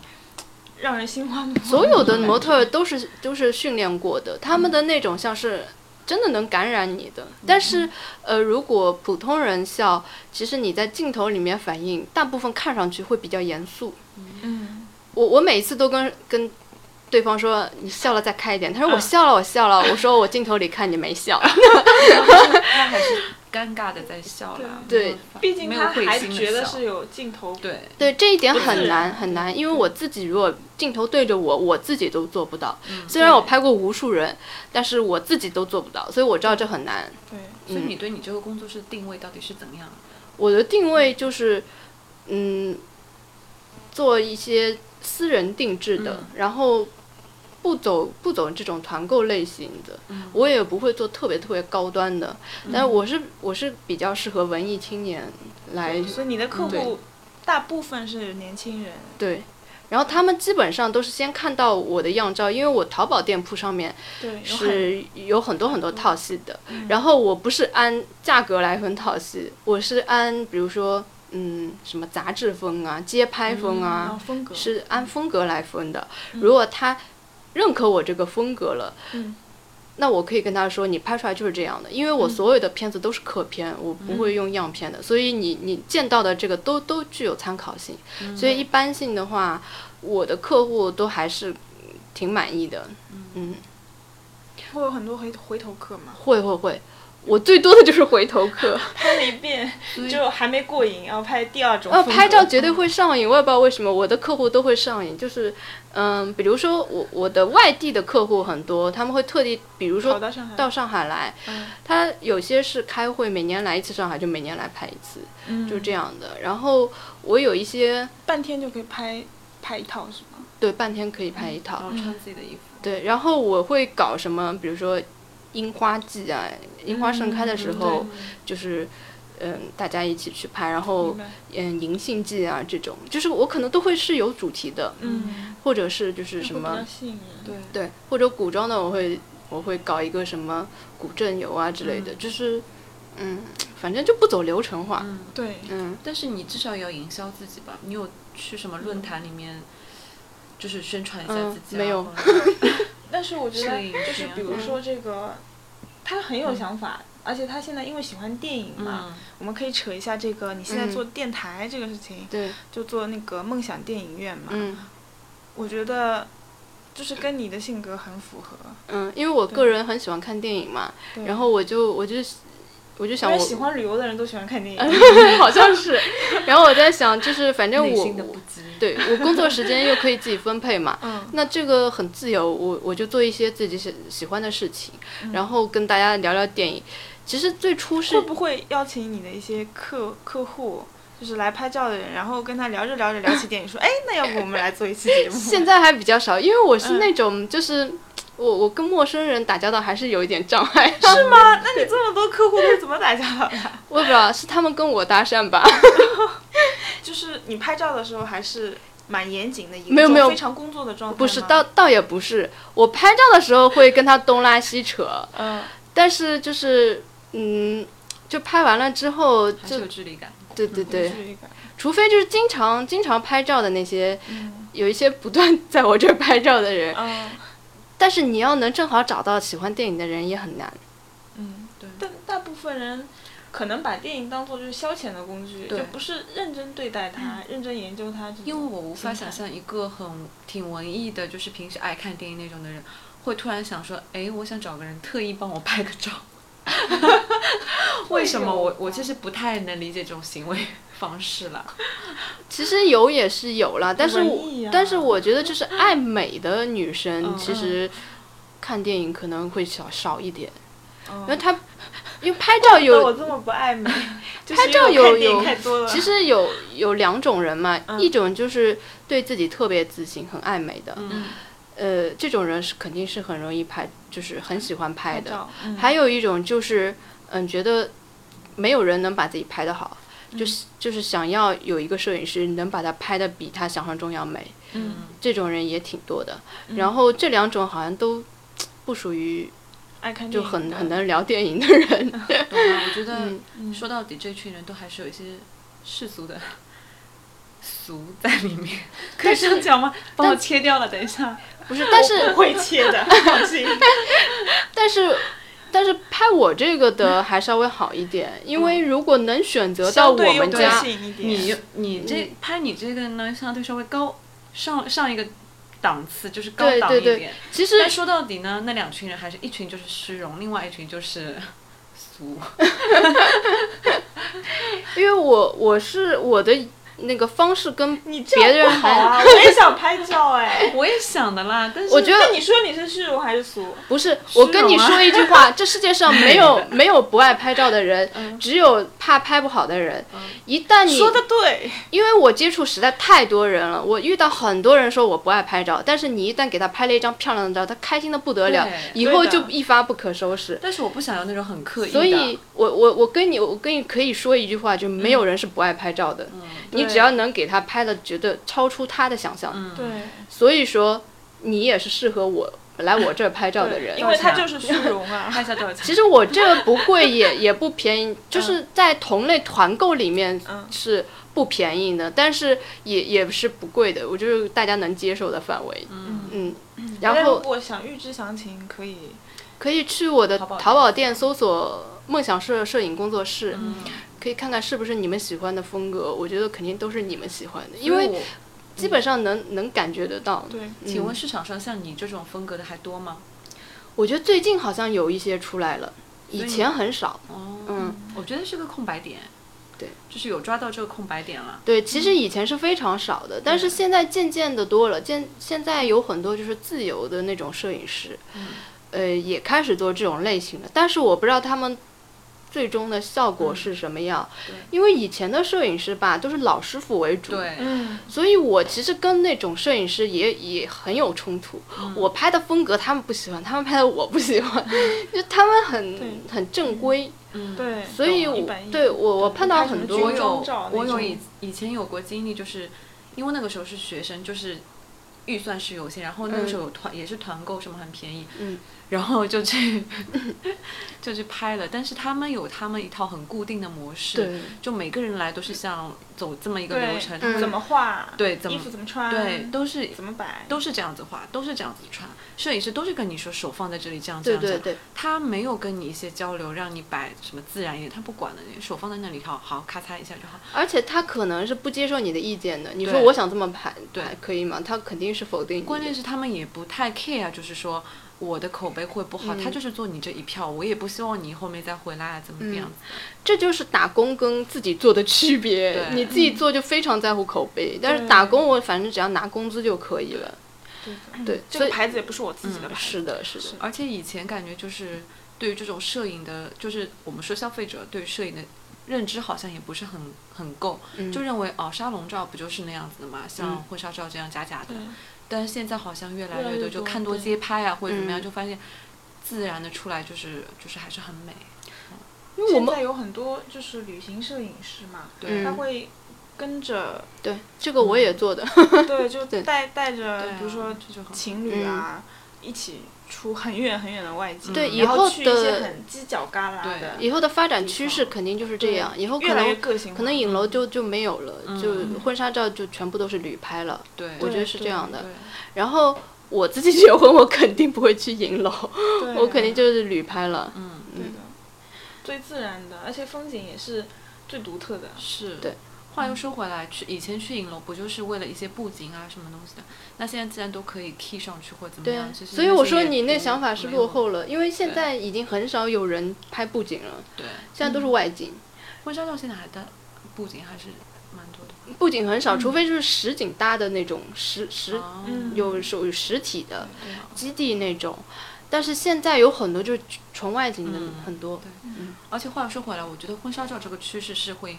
[SPEAKER 1] 让人心花怒放。
[SPEAKER 2] 所有的模特都是都是训练过的，他们的那种像是真的能感染你
[SPEAKER 1] 嗯
[SPEAKER 2] 的。但是，呃，如果普通人笑，其实你在镜头里面反应，大部分看上去会比较严肃。
[SPEAKER 1] 嗯，
[SPEAKER 2] 我我每次都跟跟。对方说你笑了再开一点，他说我笑了，我笑了。我说我镜头里看你没笑，
[SPEAKER 3] 他还是尴尬的在笑啦。
[SPEAKER 2] 对
[SPEAKER 3] 没有发
[SPEAKER 1] 毕竟
[SPEAKER 3] 没有
[SPEAKER 1] 她
[SPEAKER 3] 会
[SPEAKER 1] 还
[SPEAKER 3] 心地
[SPEAKER 1] 觉得
[SPEAKER 3] 笑
[SPEAKER 1] 是有镜头。
[SPEAKER 3] 对，
[SPEAKER 2] 对这一点
[SPEAKER 1] 自
[SPEAKER 2] 很
[SPEAKER 1] 然
[SPEAKER 2] 难很难，因为我自己如果镜头对着我，我自己都做不到。
[SPEAKER 3] 嗯
[SPEAKER 2] 虽然我
[SPEAKER 1] 对
[SPEAKER 2] 拍过无数人，但是我自己都做不到，所以我知道这很难。
[SPEAKER 1] 对，
[SPEAKER 3] 所以
[SPEAKER 2] 嗯
[SPEAKER 3] 你对你这个工作室的定位到底是怎样？
[SPEAKER 2] 我的定位就是，嗯，做一些私人定制的，
[SPEAKER 3] 嗯
[SPEAKER 2] 然后不走不走这种团购类型的，
[SPEAKER 3] 嗯
[SPEAKER 2] 我也不会做特别特别高端的，但我是我是比较适合文艺青年来
[SPEAKER 1] 所以你的客户
[SPEAKER 2] 对
[SPEAKER 1] 大部分是年轻人。
[SPEAKER 2] 对。然后他们基本上都是先看到我的样照，因为我淘宝店铺上面
[SPEAKER 1] 对，有很
[SPEAKER 2] 是有很多很多套系的，
[SPEAKER 1] 嗯
[SPEAKER 2] 然后我不是按价格来分套系，我是按比如说嗯什么杂志风啊、街拍风
[SPEAKER 1] 然后
[SPEAKER 2] 啊，
[SPEAKER 1] 风格
[SPEAKER 2] 是按风格来分的。
[SPEAKER 1] 嗯
[SPEAKER 2] 如果他认可我这个风格了，
[SPEAKER 1] 嗯
[SPEAKER 2] 那我可以跟他说你拍出来就是这样的，因为我
[SPEAKER 1] 嗯
[SPEAKER 2] 所有的片子都是客片，我不会用样片的，所以你你见到的这个都都具有参考性。
[SPEAKER 1] 嗯
[SPEAKER 2] 所以一般性的话，我的客户都还是嗯挺满意的，嗯。
[SPEAKER 1] 会有很多回回头客嘛，
[SPEAKER 2] 会会会，我最多的就是回头 客，
[SPEAKER 1] 拍了一遍
[SPEAKER 3] 所以
[SPEAKER 1] 就还没过瘾，然后拍第二种
[SPEAKER 2] 呃，
[SPEAKER 1] 风格。
[SPEAKER 2] 拍照绝对会上瘾，我也不知道为什么我的客户都会上瘾，就是，嗯，比如说我我的外地的客户很多，他们会特地，比如
[SPEAKER 1] 跑
[SPEAKER 2] 说
[SPEAKER 1] 到上海，
[SPEAKER 2] 到上海来，
[SPEAKER 1] 嗯
[SPEAKER 2] 他有些是开会，每年来一次上海，就每年来拍一次，
[SPEAKER 1] 嗯
[SPEAKER 2] 就这样的。然后我有一些
[SPEAKER 1] 半天就可以拍拍一套是吗？
[SPEAKER 2] 对半天可以拍一套，
[SPEAKER 3] 然后穿自己的衣服，
[SPEAKER 2] 对，然后我会搞什么，比如说樱花季啊，樱花盛开的时候，就是。嗯，大家一起去拍，然后
[SPEAKER 1] 明白。
[SPEAKER 2] 嗯，银杏季啊这种，就是我可能都会是有主题的，
[SPEAKER 1] 嗯，
[SPEAKER 2] 或者是就是什
[SPEAKER 1] 会比较
[SPEAKER 2] 么
[SPEAKER 1] 吸引人？
[SPEAKER 3] 对，
[SPEAKER 2] 对，或者古装的我会我会搞一个什么古镇游啊之类的，就是嗯，反正就不走流程化。
[SPEAKER 3] 嗯，
[SPEAKER 1] 对，
[SPEAKER 2] 嗯
[SPEAKER 3] 但是你至少也要营销自己吧？你有去什么论坛里面，就是宣传一下
[SPEAKER 2] 嗯
[SPEAKER 3] 自己、啊
[SPEAKER 2] 没有
[SPEAKER 3] 或 者
[SPEAKER 1] 但是我觉
[SPEAKER 3] 摄
[SPEAKER 1] 得
[SPEAKER 3] 影
[SPEAKER 1] 就
[SPEAKER 3] 师
[SPEAKER 1] 是
[SPEAKER 3] 啊
[SPEAKER 1] 比
[SPEAKER 2] 嗯
[SPEAKER 1] 如说这个，他很有想法，而且他现在因为喜欢电影嘛，
[SPEAKER 3] 嗯，
[SPEAKER 1] 我们可以扯一下这个你现在
[SPEAKER 2] 嗯
[SPEAKER 1] 做电台这个事情，
[SPEAKER 2] 对，
[SPEAKER 1] 就做那个梦想电影院嘛，
[SPEAKER 2] 嗯
[SPEAKER 1] 我觉得就是跟你的性格很符合，
[SPEAKER 2] 嗯，因为我
[SPEAKER 1] 对
[SPEAKER 2] 个人很喜欢看电影嘛，
[SPEAKER 1] 对
[SPEAKER 2] 然后我就我就我就
[SPEAKER 1] 因
[SPEAKER 2] 想
[SPEAKER 1] 为
[SPEAKER 2] 我
[SPEAKER 1] 喜欢旅游的人都喜欢看电影，
[SPEAKER 2] 好像是，然后我在想，就是反正
[SPEAKER 3] 内
[SPEAKER 2] 嗯我
[SPEAKER 3] 心的不羁。
[SPEAKER 2] 对我工作时间又可以自己分配嘛，
[SPEAKER 1] 嗯，
[SPEAKER 2] 那这个很自由，我我就做一些自己喜喜欢的事情，
[SPEAKER 1] 嗯
[SPEAKER 2] 然后跟大家聊聊电影。其实最初是
[SPEAKER 1] 会不会邀请你的一些客客户，就是来拍照的人，然后跟他聊着聊着聊起电影，说，哎，那要不我们来做一期节目？
[SPEAKER 2] 现在还比较少，因为我是
[SPEAKER 1] 嗯
[SPEAKER 2] 那种就是。我我跟陌生人打交道还是有一点障碍，
[SPEAKER 1] 是
[SPEAKER 2] 嗯
[SPEAKER 1] 吗？那你这么多客户都是怎么打交道的？
[SPEAKER 2] 我也不知道是他们跟我搭讪吧，
[SPEAKER 1] 就是你拍照的时候还是蛮严谨的，一个
[SPEAKER 2] 没有没有
[SPEAKER 1] 非常工作的状态吗。
[SPEAKER 2] 不是，倒倒也不是，我拍照的时候会跟他东拉西扯，
[SPEAKER 1] 嗯，
[SPEAKER 2] 但是就是嗯，就拍完了之后
[SPEAKER 3] 还是
[SPEAKER 2] 就
[SPEAKER 3] 有距离感，
[SPEAKER 2] 对对对，
[SPEAKER 1] 就是一个
[SPEAKER 2] 除非就是经常经常拍照的那些，有一些不断在我这儿拍照的人，
[SPEAKER 1] 嗯
[SPEAKER 2] 但是你要能正好找到喜欢电影的人也很难。
[SPEAKER 1] 嗯，
[SPEAKER 3] 对
[SPEAKER 1] 但大部分人可能把电影当做就是消遣的工具，
[SPEAKER 3] 对
[SPEAKER 1] 就不是认真对待它、认真研究它这种。
[SPEAKER 3] 因为我无法
[SPEAKER 1] 心态
[SPEAKER 3] 想象一个很挺文艺的，就是平时爱看电影那种的人，会突然想说，哎，我想找个人特意帮我拍个照。为什么我我其实不太能理解这种行为方式了？
[SPEAKER 2] 其实有也是有啦，但是我、
[SPEAKER 1] 文艺啊
[SPEAKER 2] 但是我觉得就是爱美的女生
[SPEAKER 1] 嗯
[SPEAKER 2] 其实看电影可能会少少一点，
[SPEAKER 1] 嗯
[SPEAKER 2] 因为她因为拍照
[SPEAKER 1] 那 我
[SPEAKER 2] 有。
[SPEAKER 1] 这么不爱美，就
[SPEAKER 2] 拍
[SPEAKER 1] 是因
[SPEAKER 2] 照
[SPEAKER 1] 为
[SPEAKER 2] 有
[SPEAKER 1] 我看电影
[SPEAKER 2] 有
[SPEAKER 1] 太多了。
[SPEAKER 2] 其实有有两种人嘛，
[SPEAKER 1] 嗯
[SPEAKER 2] 一种就是对自己特别自信、很爱美的，
[SPEAKER 3] 嗯，
[SPEAKER 2] 呃，这种人是肯定是很容易拍，就是很喜欢拍
[SPEAKER 1] 拍
[SPEAKER 2] 的。
[SPEAKER 1] 照，嗯
[SPEAKER 2] 还有一种就是，嗯，觉得没有人能把自己拍得好，
[SPEAKER 1] 嗯
[SPEAKER 2] 就是就是想要有一个摄影师能把他拍得比他想象中要美，
[SPEAKER 1] 嗯
[SPEAKER 2] 这种人也挺多的。
[SPEAKER 1] 嗯
[SPEAKER 2] 然后这两种好像都不属于
[SPEAKER 1] 爱看
[SPEAKER 2] 就
[SPEAKER 1] 电影
[SPEAKER 2] 很
[SPEAKER 1] 的
[SPEAKER 2] 很能聊电影的人。
[SPEAKER 3] 懂了。我觉得
[SPEAKER 2] 嗯，
[SPEAKER 1] 嗯
[SPEAKER 3] 说到底，这群人都还是有一些世俗的 俗在里 面，可以这样讲吗？帮我切掉了，等一下。
[SPEAKER 2] 不是，但
[SPEAKER 1] 我
[SPEAKER 2] 是
[SPEAKER 1] 不会切 的，放心。
[SPEAKER 2] 但是。但是拍我这个的还稍微好一点，因为如果能选择到
[SPEAKER 1] 嗯相
[SPEAKER 2] 我
[SPEAKER 1] 对又
[SPEAKER 2] 们
[SPEAKER 1] 个
[SPEAKER 2] 家，
[SPEAKER 1] 性一点，
[SPEAKER 3] 你你这拍你这个呢，相对稍微高上上一个档次，就是高
[SPEAKER 2] 对
[SPEAKER 3] 档
[SPEAKER 2] 对
[SPEAKER 3] 一
[SPEAKER 2] 对
[SPEAKER 3] 点。
[SPEAKER 2] 其实
[SPEAKER 3] 但说到底呢，那两群人还是一群就是虚荣，另外一群就是 俗。
[SPEAKER 2] 因为我我是我的那个方式跟
[SPEAKER 1] 你这样
[SPEAKER 2] 别人
[SPEAKER 1] 不好
[SPEAKER 2] 还
[SPEAKER 1] 啊！我也想拍照哎、
[SPEAKER 3] 我也想的啦，但是
[SPEAKER 2] 我觉得
[SPEAKER 1] 那你说你是虚荣还是俗？
[SPEAKER 2] 不是，
[SPEAKER 3] 虚
[SPEAKER 2] 我跟你
[SPEAKER 3] 荣啊哎
[SPEAKER 2] 说一句 话，这世界上没有没有不爱拍照的人，
[SPEAKER 3] 嗯
[SPEAKER 2] 只有怕拍不好的人。一旦你
[SPEAKER 1] 说的对，
[SPEAKER 2] 因为我接触实在太多人了，我遇到很多人说我不爱拍照，但是你一旦给他拍了一张漂亮的照，他开心的不得了，
[SPEAKER 3] 对
[SPEAKER 2] 以后
[SPEAKER 1] 对的
[SPEAKER 2] 就一发不可收拾。
[SPEAKER 3] 但是我不想要那种很刻意的。
[SPEAKER 2] 所以我，我我跟你，我跟你可以说一句话，就没有人是不爱拍照的。
[SPEAKER 3] 嗯
[SPEAKER 2] 你只要能给他拍的，觉得超出他的想象，
[SPEAKER 3] 嗯，
[SPEAKER 1] 对，
[SPEAKER 2] 所以说你也是适合我来我这儿拍照的人。
[SPEAKER 1] 因为他就是虚荣 啊。
[SPEAKER 3] 拍一下多少钱？
[SPEAKER 2] 其实我这不贵 也也不便宜，
[SPEAKER 3] 嗯
[SPEAKER 2] 就是在同类团购里面
[SPEAKER 1] 嗯
[SPEAKER 2] 是不便宜的，但是也也是不贵的，我就是大家能接受的范围。
[SPEAKER 3] 嗯，
[SPEAKER 2] 嗯，
[SPEAKER 1] 大家
[SPEAKER 2] 然
[SPEAKER 1] 如
[SPEAKER 2] 后
[SPEAKER 1] 果想预知详情，可以，
[SPEAKER 2] 可以去我的
[SPEAKER 3] 淘宝
[SPEAKER 2] 淘宝店搜索“梦想社摄影工作室”，
[SPEAKER 3] 嗯
[SPEAKER 2] 可以看看是不是你们喜欢的风格。我觉得肯定都是你们喜欢的，因
[SPEAKER 3] 所以
[SPEAKER 2] 为嗯
[SPEAKER 3] 我
[SPEAKER 2] 基本上能能感觉得到。嗯
[SPEAKER 1] 对，
[SPEAKER 3] 请问市场上像你这种风格的还多吗？
[SPEAKER 2] 我觉得最近好像有一些出来了，
[SPEAKER 3] 所
[SPEAKER 2] 以
[SPEAKER 3] 以
[SPEAKER 2] 前很少。
[SPEAKER 3] 哦，
[SPEAKER 2] 嗯，
[SPEAKER 3] 我觉得是个空白点。
[SPEAKER 2] 对，
[SPEAKER 3] 就是有抓到这个空白点了。
[SPEAKER 2] 对，其
[SPEAKER 1] 嗯
[SPEAKER 2] 实以前是非常少的，但是现在渐渐的多了。现现在有很多就是自由的那种摄影师，
[SPEAKER 3] 嗯
[SPEAKER 2] 呃，也开始做这种类型的，但是我不知道他们最终的效
[SPEAKER 1] 嗯
[SPEAKER 2] 果是什么样，
[SPEAKER 3] 对
[SPEAKER 2] 因为以前的摄影师吧都是老师傅为主，
[SPEAKER 3] 对，
[SPEAKER 1] 嗯，
[SPEAKER 2] 所以我其实跟那种摄影师也也很有冲突。
[SPEAKER 3] 嗯
[SPEAKER 2] 我拍的风格他们不喜欢，他们拍的我不喜欢，就他们
[SPEAKER 1] 嗯对
[SPEAKER 2] 很很正规，
[SPEAKER 3] 嗯，
[SPEAKER 1] 对，
[SPEAKER 2] 所以
[SPEAKER 1] 懂
[SPEAKER 2] 我
[SPEAKER 1] 一板一眼
[SPEAKER 2] 对我我
[SPEAKER 1] 对
[SPEAKER 2] 碰到
[SPEAKER 1] 拍什么
[SPEAKER 2] 很
[SPEAKER 1] 军
[SPEAKER 2] 多
[SPEAKER 3] 我
[SPEAKER 1] 装照那
[SPEAKER 3] 有我有
[SPEAKER 1] 种
[SPEAKER 3] 以以前有过经历，就是因为那个时候是学生，就是预算是有限，然后那个时候有团、也是团购，什么很便宜，
[SPEAKER 2] 嗯，
[SPEAKER 3] 然后就去就去拍了。但是他们有他们一套很固定的模式，
[SPEAKER 2] 对，
[SPEAKER 3] 就每个人来都是像走这么一个流程，
[SPEAKER 2] 嗯
[SPEAKER 1] 怎么画，
[SPEAKER 3] 对怎
[SPEAKER 1] 衣
[SPEAKER 3] 么
[SPEAKER 1] 服怎么穿，
[SPEAKER 3] 对都是
[SPEAKER 1] 怎么摆，
[SPEAKER 3] 都是这样子画，都是这样子穿，摄影师都是跟你说手放在这里这样这
[SPEAKER 2] 对
[SPEAKER 3] 样这
[SPEAKER 2] 对
[SPEAKER 3] 样，
[SPEAKER 2] 对，
[SPEAKER 3] 他没有跟你一些交流，让你摆什么自然一点，他不管的，你手放在那里好好咔嚓一下就好。
[SPEAKER 2] 而且他可能是不接受你的意见的。你说
[SPEAKER 3] 对
[SPEAKER 2] 我想这么排，
[SPEAKER 3] 对
[SPEAKER 2] 排可以吗？他肯定是否定你的。
[SPEAKER 3] 关键是他们也不太 care，就是说我的口碑会不好，
[SPEAKER 2] 嗯
[SPEAKER 3] 他就是做你这一票，我也不希望你后面再回来啊，怎么怎么样子。
[SPEAKER 2] 这就是打工跟自己做的区别。
[SPEAKER 3] 对嗯
[SPEAKER 2] 你自己做就非常在乎口碑，但是
[SPEAKER 1] 对
[SPEAKER 2] 打工我反正只要拿工资就可以了。
[SPEAKER 1] 对
[SPEAKER 2] 对，
[SPEAKER 1] 这
[SPEAKER 2] 所
[SPEAKER 1] 个
[SPEAKER 2] 以
[SPEAKER 1] 牌子也不是我自己的
[SPEAKER 3] 嗯
[SPEAKER 1] 牌子，
[SPEAKER 2] 是的，是的，
[SPEAKER 3] 而且以前感觉就是对于这种摄影的，就是我们说消费者对于摄影的认知好像也不是很很够，
[SPEAKER 2] 嗯
[SPEAKER 3] 就认为哦沙龙照不就是那样子的嘛，像婚纱照这样假假的。
[SPEAKER 1] 对
[SPEAKER 3] 但是现在好像越来
[SPEAKER 1] 越来
[SPEAKER 3] 多，
[SPEAKER 1] 越
[SPEAKER 3] 就
[SPEAKER 1] 多
[SPEAKER 3] 看多
[SPEAKER 1] 对
[SPEAKER 3] 街拍啊或者怎么样，
[SPEAKER 2] 嗯
[SPEAKER 3] 就发现自然的出来就是就是还是很美。
[SPEAKER 2] 因为我们
[SPEAKER 1] 现在有很多就是旅行摄影师嘛，
[SPEAKER 3] 对，
[SPEAKER 1] 他
[SPEAKER 2] 嗯
[SPEAKER 1] 会跟 着，
[SPEAKER 3] 嗯
[SPEAKER 2] 对这个我也做的，
[SPEAKER 1] 对，就
[SPEAKER 2] 对
[SPEAKER 1] 带带
[SPEAKER 3] 对
[SPEAKER 1] 着
[SPEAKER 3] 啊，
[SPEAKER 1] 呃比如说
[SPEAKER 3] 这就很
[SPEAKER 1] 情侣啊，一起出很远很远的外景，
[SPEAKER 2] 嗯对
[SPEAKER 3] 嗯
[SPEAKER 2] 以
[SPEAKER 1] 然
[SPEAKER 2] 后
[SPEAKER 1] 后去一些
[SPEAKER 2] 的
[SPEAKER 1] 很犄角旮旯的，
[SPEAKER 2] 以后的发展趋势
[SPEAKER 3] 地方
[SPEAKER 2] 肯定就是这样，以后可
[SPEAKER 1] 越来越
[SPEAKER 2] 能
[SPEAKER 1] 个性化，
[SPEAKER 2] 可能影楼就就没有了，
[SPEAKER 3] 嗯
[SPEAKER 2] 就婚纱照就全部都是旅拍了，
[SPEAKER 3] 对，
[SPEAKER 2] 我觉得
[SPEAKER 1] 对
[SPEAKER 2] 是这
[SPEAKER 1] 对
[SPEAKER 2] 样的。
[SPEAKER 3] 对
[SPEAKER 2] 然后我自己结婚，我肯定不会去影楼，
[SPEAKER 1] 对
[SPEAKER 2] 我肯定就是旅拍了。
[SPEAKER 3] 嗯
[SPEAKER 1] 对的，最自然的，而且风景也是最独特的，
[SPEAKER 3] 是。
[SPEAKER 2] 对。
[SPEAKER 3] 话
[SPEAKER 1] 嗯
[SPEAKER 3] 又说回来，去以前去影楼不就是为了一些布景啊什么东西的？那现在既然都可以 key 上去或怎么
[SPEAKER 2] 对啊
[SPEAKER 3] 样，其，实
[SPEAKER 2] 所以
[SPEAKER 3] 那
[SPEAKER 2] 我
[SPEAKER 3] 些
[SPEAKER 2] 说
[SPEAKER 3] 也
[SPEAKER 2] 你那
[SPEAKER 3] 不
[SPEAKER 2] 想法是
[SPEAKER 3] 没有
[SPEAKER 2] 落。后了，因为现
[SPEAKER 3] 对
[SPEAKER 2] 在已经很少有人拍布景了，
[SPEAKER 3] 对，
[SPEAKER 2] 现在
[SPEAKER 3] 嗯
[SPEAKER 2] 都是外景，
[SPEAKER 3] 婚纱照现在还的布景还是蛮多的。
[SPEAKER 2] 布景很少，除非就是实景搭的那种实实
[SPEAKER 3] 嗯哦
[SPEAKER 1] 嗯
[SPEAKER 2] 有属于实体的
[SPEAKER 3] 对啊
[SPEAKER 2] 基地那种，但是现在有很多就是纯外景的
[SPEAKER 3] 嗯
[SPEAKER 2] 很多，
[SPEAKER 3] 而且话又说回来，我觉得婚纱照这个趋势是会，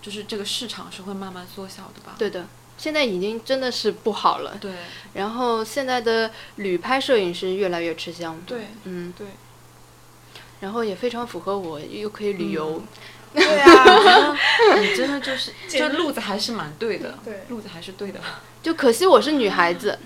[SPEAKER 3] 就是这个市场是会慢慢缩小的吧？
[SPEAKER 2] 对的，现在已经真的是不好了。
[SPEAKER 3] 对，
[SPEAKER 2] 然后现在的旅拍摄影师越来越吃香，
[SPEAKER 1] 对
[SPEAKER 2] 嗯，
[SPEAKER 1] 对
[SPEAKER 2] 然后也非常符合我，又可以旅
[SPEAKER 3] 嗯
[SPEAKER 2] 游，
[SPEAKER 1] 对 啊，
[SPEAKER 3] 你嗯真的就是这
[SPEAKER 1] 简直
[SPEAKER 3] 路子还是蛮对的，
[SPEAKER 1] 对
[SPEAKER 3] 路子还是对的。
[SPEAKER 2] 就可惜我是女孩子，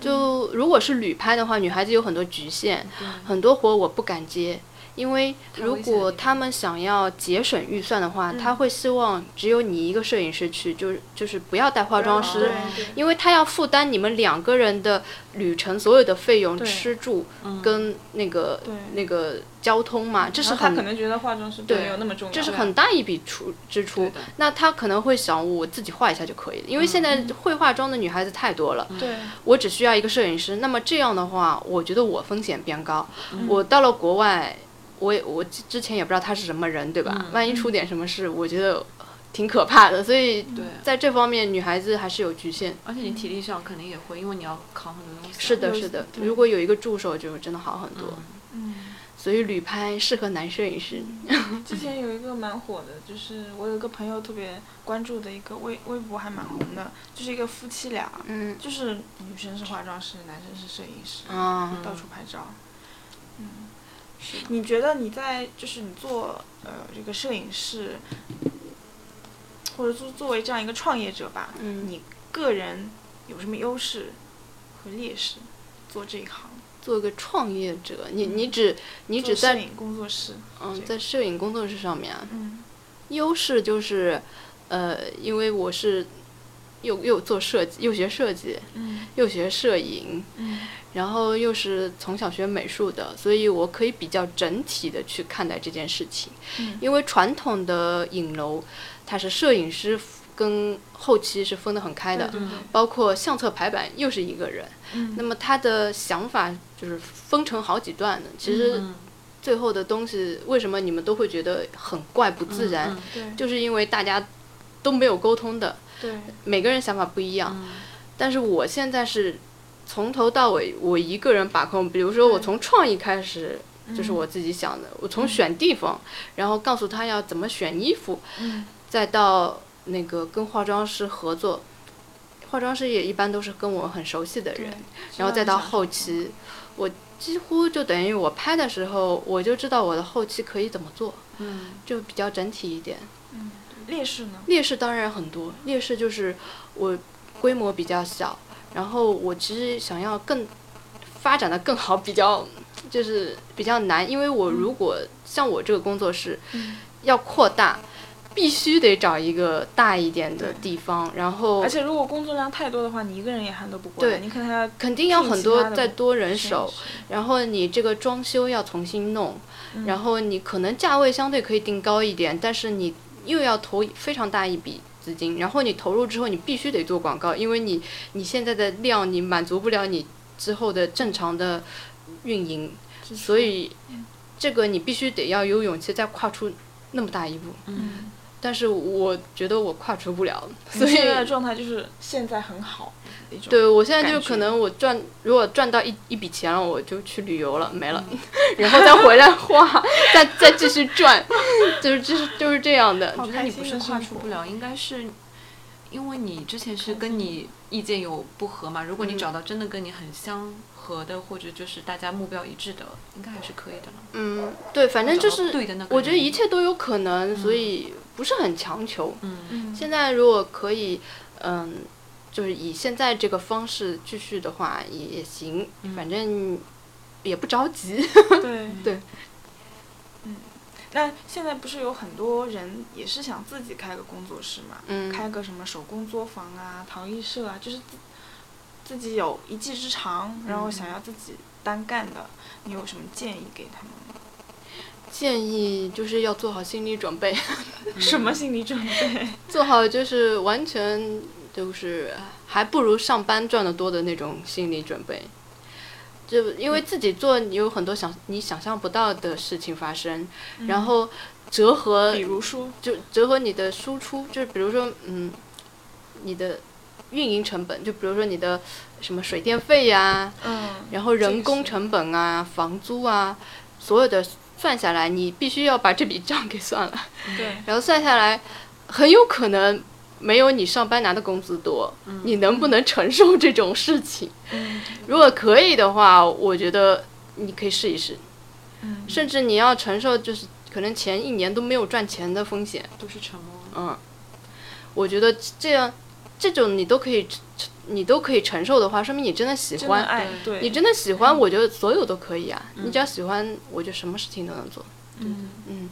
[SPEAKER 2] 就如果是旅拍的话，女孩子有很多局限，很多活我不敢接，因为
[SPEAKER 3] 太
[SPEAKER 2] 如
[SPEAKER 3] 危险了
[SPEAKER 2] 果
[SPEAKER 3] 你
[SPEAKER 2] 他们想要节省预算的话，
[SPEAKER 1] 嗯
[SPEAKER 2] 他会希望只有你一个摄影师去，就是就是不要带化妆师
[SPEAKER 1] 对。对
[SPEAKER 2] 因为他要负担你们两个人的旅程所有的费用，
[SPEAKER 1] 对
[SPEAKER 2] 吃住
[SPEAKER 3] 嗯
[SPEAKER 2] 跟那个
[SPEAKER 1] 对
[SPEAKER 2] 那个交通嘛，这是
[SPEAKER 1] 然后他可
[SPEAKER 2] 很
[SPEAKER 1] 能觉得化妆师
[SPEAKER 2] 对
[SPEAKER 1] 没有那么重要，
[SPEAKER 2] 这是很大一笔出支
[SPEAKER 3] 对
[SPEAKER 2] 出。
[SPEAKER 3] 的，
[SPEAKER 2] 那他可能会想，我自己化一下就可以了，
[SPEAKER 1] 嗯
[SPEAKER 2] 因为现在会化妆的女孩子太多了，
[SPEAKER 1] 对
[SPEAKER 2] 我只需要一个摄影师。那么这样的话，我觉得我风险变高。
[SPEAKER 1] 嗯
[SPEAKER 2] 我到了国外，我也我之之前也不知道他是什么人，对吧？
[SPEAKER 3] 嗯
[SPEAKER 2] 万一出点什么事，我觉得挺可怕的。所以
[SPEAKER 1] 嗯
[SPEAKER 3] 对。
[SPEAKER 2] 在这方面，女孩子还是有局限。
[SPEAKER 3] 而且你体力上肯定也会，因为你要扛很多东西啊。
[SPEAKER 2] 是的，
[SPEAKER 1] 有
[SPEAKER 2] 是的，
[SPEAKER 1] 对
[SPEAKER 2] 如果有一个助手，就真的好很多。
[SPEAKER 1] 嗯。
[SPEAKER 3] 嗯
[SPEAKER 2] 所以旅拍适合男摄影师。
[SPEAKER 1] 之前有一个蛮火的，就是我有一个朋友特别关注的一个微微博还蛮红的，就是一个夫妻俩，
[SPEAKER 2] 嗯
[SPEAKER 1] 就是女生是化妆师，男生是摄影师，
[SPEAKER 2] 啊，
[SPEAKER 1] 到处拍照。嗯，
[SPEAKER 3] 是的
[SPEAKER 1] 你觉得你在就是你做呃这个摄影师，或者说作为这样一个创业者吧，
[SPEAKER 2] 嗯，
[SPEAKER 1] 你个人有什么优势和劣势？做这一行，
[SPEAKER 2] 做个创业者，你你只你
[SPEAKER 1] 嗯做
[SPEAKER 2] 只
[SPEAKER 1] 摄
[SPEAKER 2] 在
[SPEAKER 1] 影工作室，
[SPEAKER 2] 嗯
[SPEAKER 1] 这个
[SPEAKER 2] 在摄影工作室上面啊，
[SPEAKER 1] 嗯
[SPEAKER 2] 优势就是，呃，因为我是又又做设计，又学设计，
[SPEAKER 1] 嗯
[SPEAKER 2] 又学摄影，
[SPEAKER 1] 嗯
[SPEAKER 2] 然后又是从小学美术的，所以我可以比较整体的去看待这件事情。
[SPEAKER 1] 嗯
[SPEAKER 2] 因为传统的影楼，它是摄影师跟后期是分得很开的，
[SPEAKER 1] 嗯对对对
[SPEAKER 2] 包括相册排版又是一个人。
[SPEAKER 1] 嗯
[SPEAKER 2] 那么他的想法就是分成好几段的，其实
[SPEAKER 3] 嗯
[SPEAKER 2] 最后的东西为什么你们都会觉得很怪不自然，
[SPEAKER 3] 嗯
[SPEAKER 1] 对
[SPEAKER 2] 就是因为大家都没有沟通的，
[SPEAKER 1] 对
[SPEAKER 2] 每个人想法不一样。
[SPEAKER 3] 嗯
[SPEAKER 2] 但是我现在是从头到尾我一个人把控，比如说我
[SPEAKER 1] 对
[SPEAKER 2] 从创意开始。就是
[SPEAKER 1] 嗯
[SPEAKER 2] 我自己想的，我从选地方，然后告诉他要怎么选衣服，
[SPEAKER 1] 嗯
[SPEAKER 2] 再到那个跟化妆师合作，化妆师也一般都是跟我很熟悉的
[SPEAKER 1] 对
[SPEAKER 2] 人，，然后再到后期，我几乎就等于我拍的时候，我就知道我的后期可以怎么做，
[SPEAKER 3] 嗯
[SPEAKER 2] 就比较整体一点。
[SPEAKER 1] 嗯，劣势呢？
[SPEAKER 2] 劣势当然很多，劣势就是我规模比较小，然后我其实想要更发展的更好，比较就是比较难，因为我如果像我这个工作室
[SPEAKER 1] 嗯
[SPEAKER 2] 要扩大，必须得找一个大一点的地方，然后
[SPEAKER 1] 而且如果工作量太多的话，你一个人也handle 不过来，
[SPEAKER 2] 对
[SPEAKER 1] 你可能还要
[SPEAKER 2] 肯定要
[SPEAKER 1] 聘
[SPEAKER 2] 很
[SPEAKER 1] 其他
[SPEAKER 2] 多
[SPEAKER 1] 的
[SPEAKER 2] 再
[SPEAKER 1] 部
[SPEAKER 2] 多人手，
[SPEAKER 1] 是
[SPEAKER 2] 然后你这个装修要重新弄，
[SPEAKER 1] 嗯
[SPEAKER 2] 然后你可能价位相对可以定高一点，但是你又要投非常大一笔资金，然后你投入之后，你必须得做广告，因为你你现在的量你满足不了你之后的正常的运营，
[SPEAKER 1] 嗯支出
[SPEAKER 2] 所以这个你必须得要有勇气再跨出那么大一步。
[SPEAKER 1] 嗯，
[SPEAKER 2] 但是我觉得我跨出不了， 所
[SPEAKER 1] 所以
[SPEAKER 2] 以
[SPEAKER 1] 现在的状态就是现在很好的一种。
[SPEAKER 2] 对，我现在就
[SPEAKER 1] 感觉
[SPEAKER 2] 可能我赚，如果赚到一一笔钱了，我就去旅游了，没了， 然后再回来 花，再再继续赚， 就是就是就是这样的。
[SPEAKER 1] 好
[SPEAKER 3] 我觉得你
[SPEAKER 1] 开
[SPEAKER 3] 不
[SPEAKER 1] 心啊的
[SPEAKER 3] 是跨
[SPEAKER 1] 生
[SPEAKER 3] 出
[SPEAKER 1] 活
[SPEAKER 3] 不了，应该是因为你之前是跟你意见有不合嘛。如果你
[SPEAKER 2] 嗯
[SPEAKER 3] 找到真的跟你很相合的，或者就是大家目标一致的，应该还是可以的了。
[SPEAKER 2] 嗯，对，嗯反正就
[SPEAKER 3] 找到
[SPEAKER 2] 是
[SPEAKER 3] 对的那个人，
[SPEAKER 2] 我觉得一切都有可能，所以不是很强求。
[SPEAKER 3] 嗯，
[SPEAKER 1] 嗯，
[SPEAKER 2] 现在如果可以，嗯，就是以现在这个方式继续的话也也行，
[SPEAKER 3] 嗯
[SPEAKER 2] 反正也不着急。
[SPEAKER 1] 对
[SPEAKER 2] 对，
[SPEAKER 1] 嗯，那现在不是有很多人也是想自己开个工作室嘛？
[SPEAKER 2] 嗯，
[SPEAKER 1] 开个什么手工作坊啊、陶艺社啊，就是自自己有一技之长，然
[SPEAKER 2] 嗯
[SPEAKER 1] 后想要自己单干的，你有什么建议给他们吗？
[SPEAKER 2] 建议就是要做好心理准备。
[SPEAKER 1] 什么心理准备？
[SPEAKER 2] 做好就是完全就是还不如上班赚得多的那种心理准备。就因为自己做，你有很多想你想象不到的事情发生，然后折合
[SPEAKER 1] 比如 说，
[SPEAKER 2] 就折合你的输出，就是比如说，嗯，你的运营成本，就比如说你的什么水电费呀、
[SPEAKER 1] 嗯，
[SPEAKER 2] 然后人工成本啊、房租啊，所有的算下来，你必须要把这笔账给算了。
[SPEAKER 1] 对，
[SPEAKER 2] 然后算下来，很有可能没有你上班拿的工资多。你能不能承受这种事情？
[SPEAKER 1] 嗯
[SPEAKER 2] 如果可以的话，我觉得你可以试一试，
[SPEAKER 1] 嗯，
[SPEAKER 2] 甚至你要承受就是可能前一年都没有赚钱的风险。
[SPEAKER 3] 都是沉默。
[SPEAKER 2] 嗯，我觉得这样这种你都可以，你都可以承受的话，说明你真的喜
[SPEAKER 1] 真的
[SPEAKER 2] 欢。
[SPEAKER 1] 爱，嗯对，
[SPEAKER 2] 你真的喜欢，我觉得所有都可以啊。你只要喜欢，我就什么事情都能做。
[SPEAKER 1] 嗯
[SPEAKER 2] 嗯，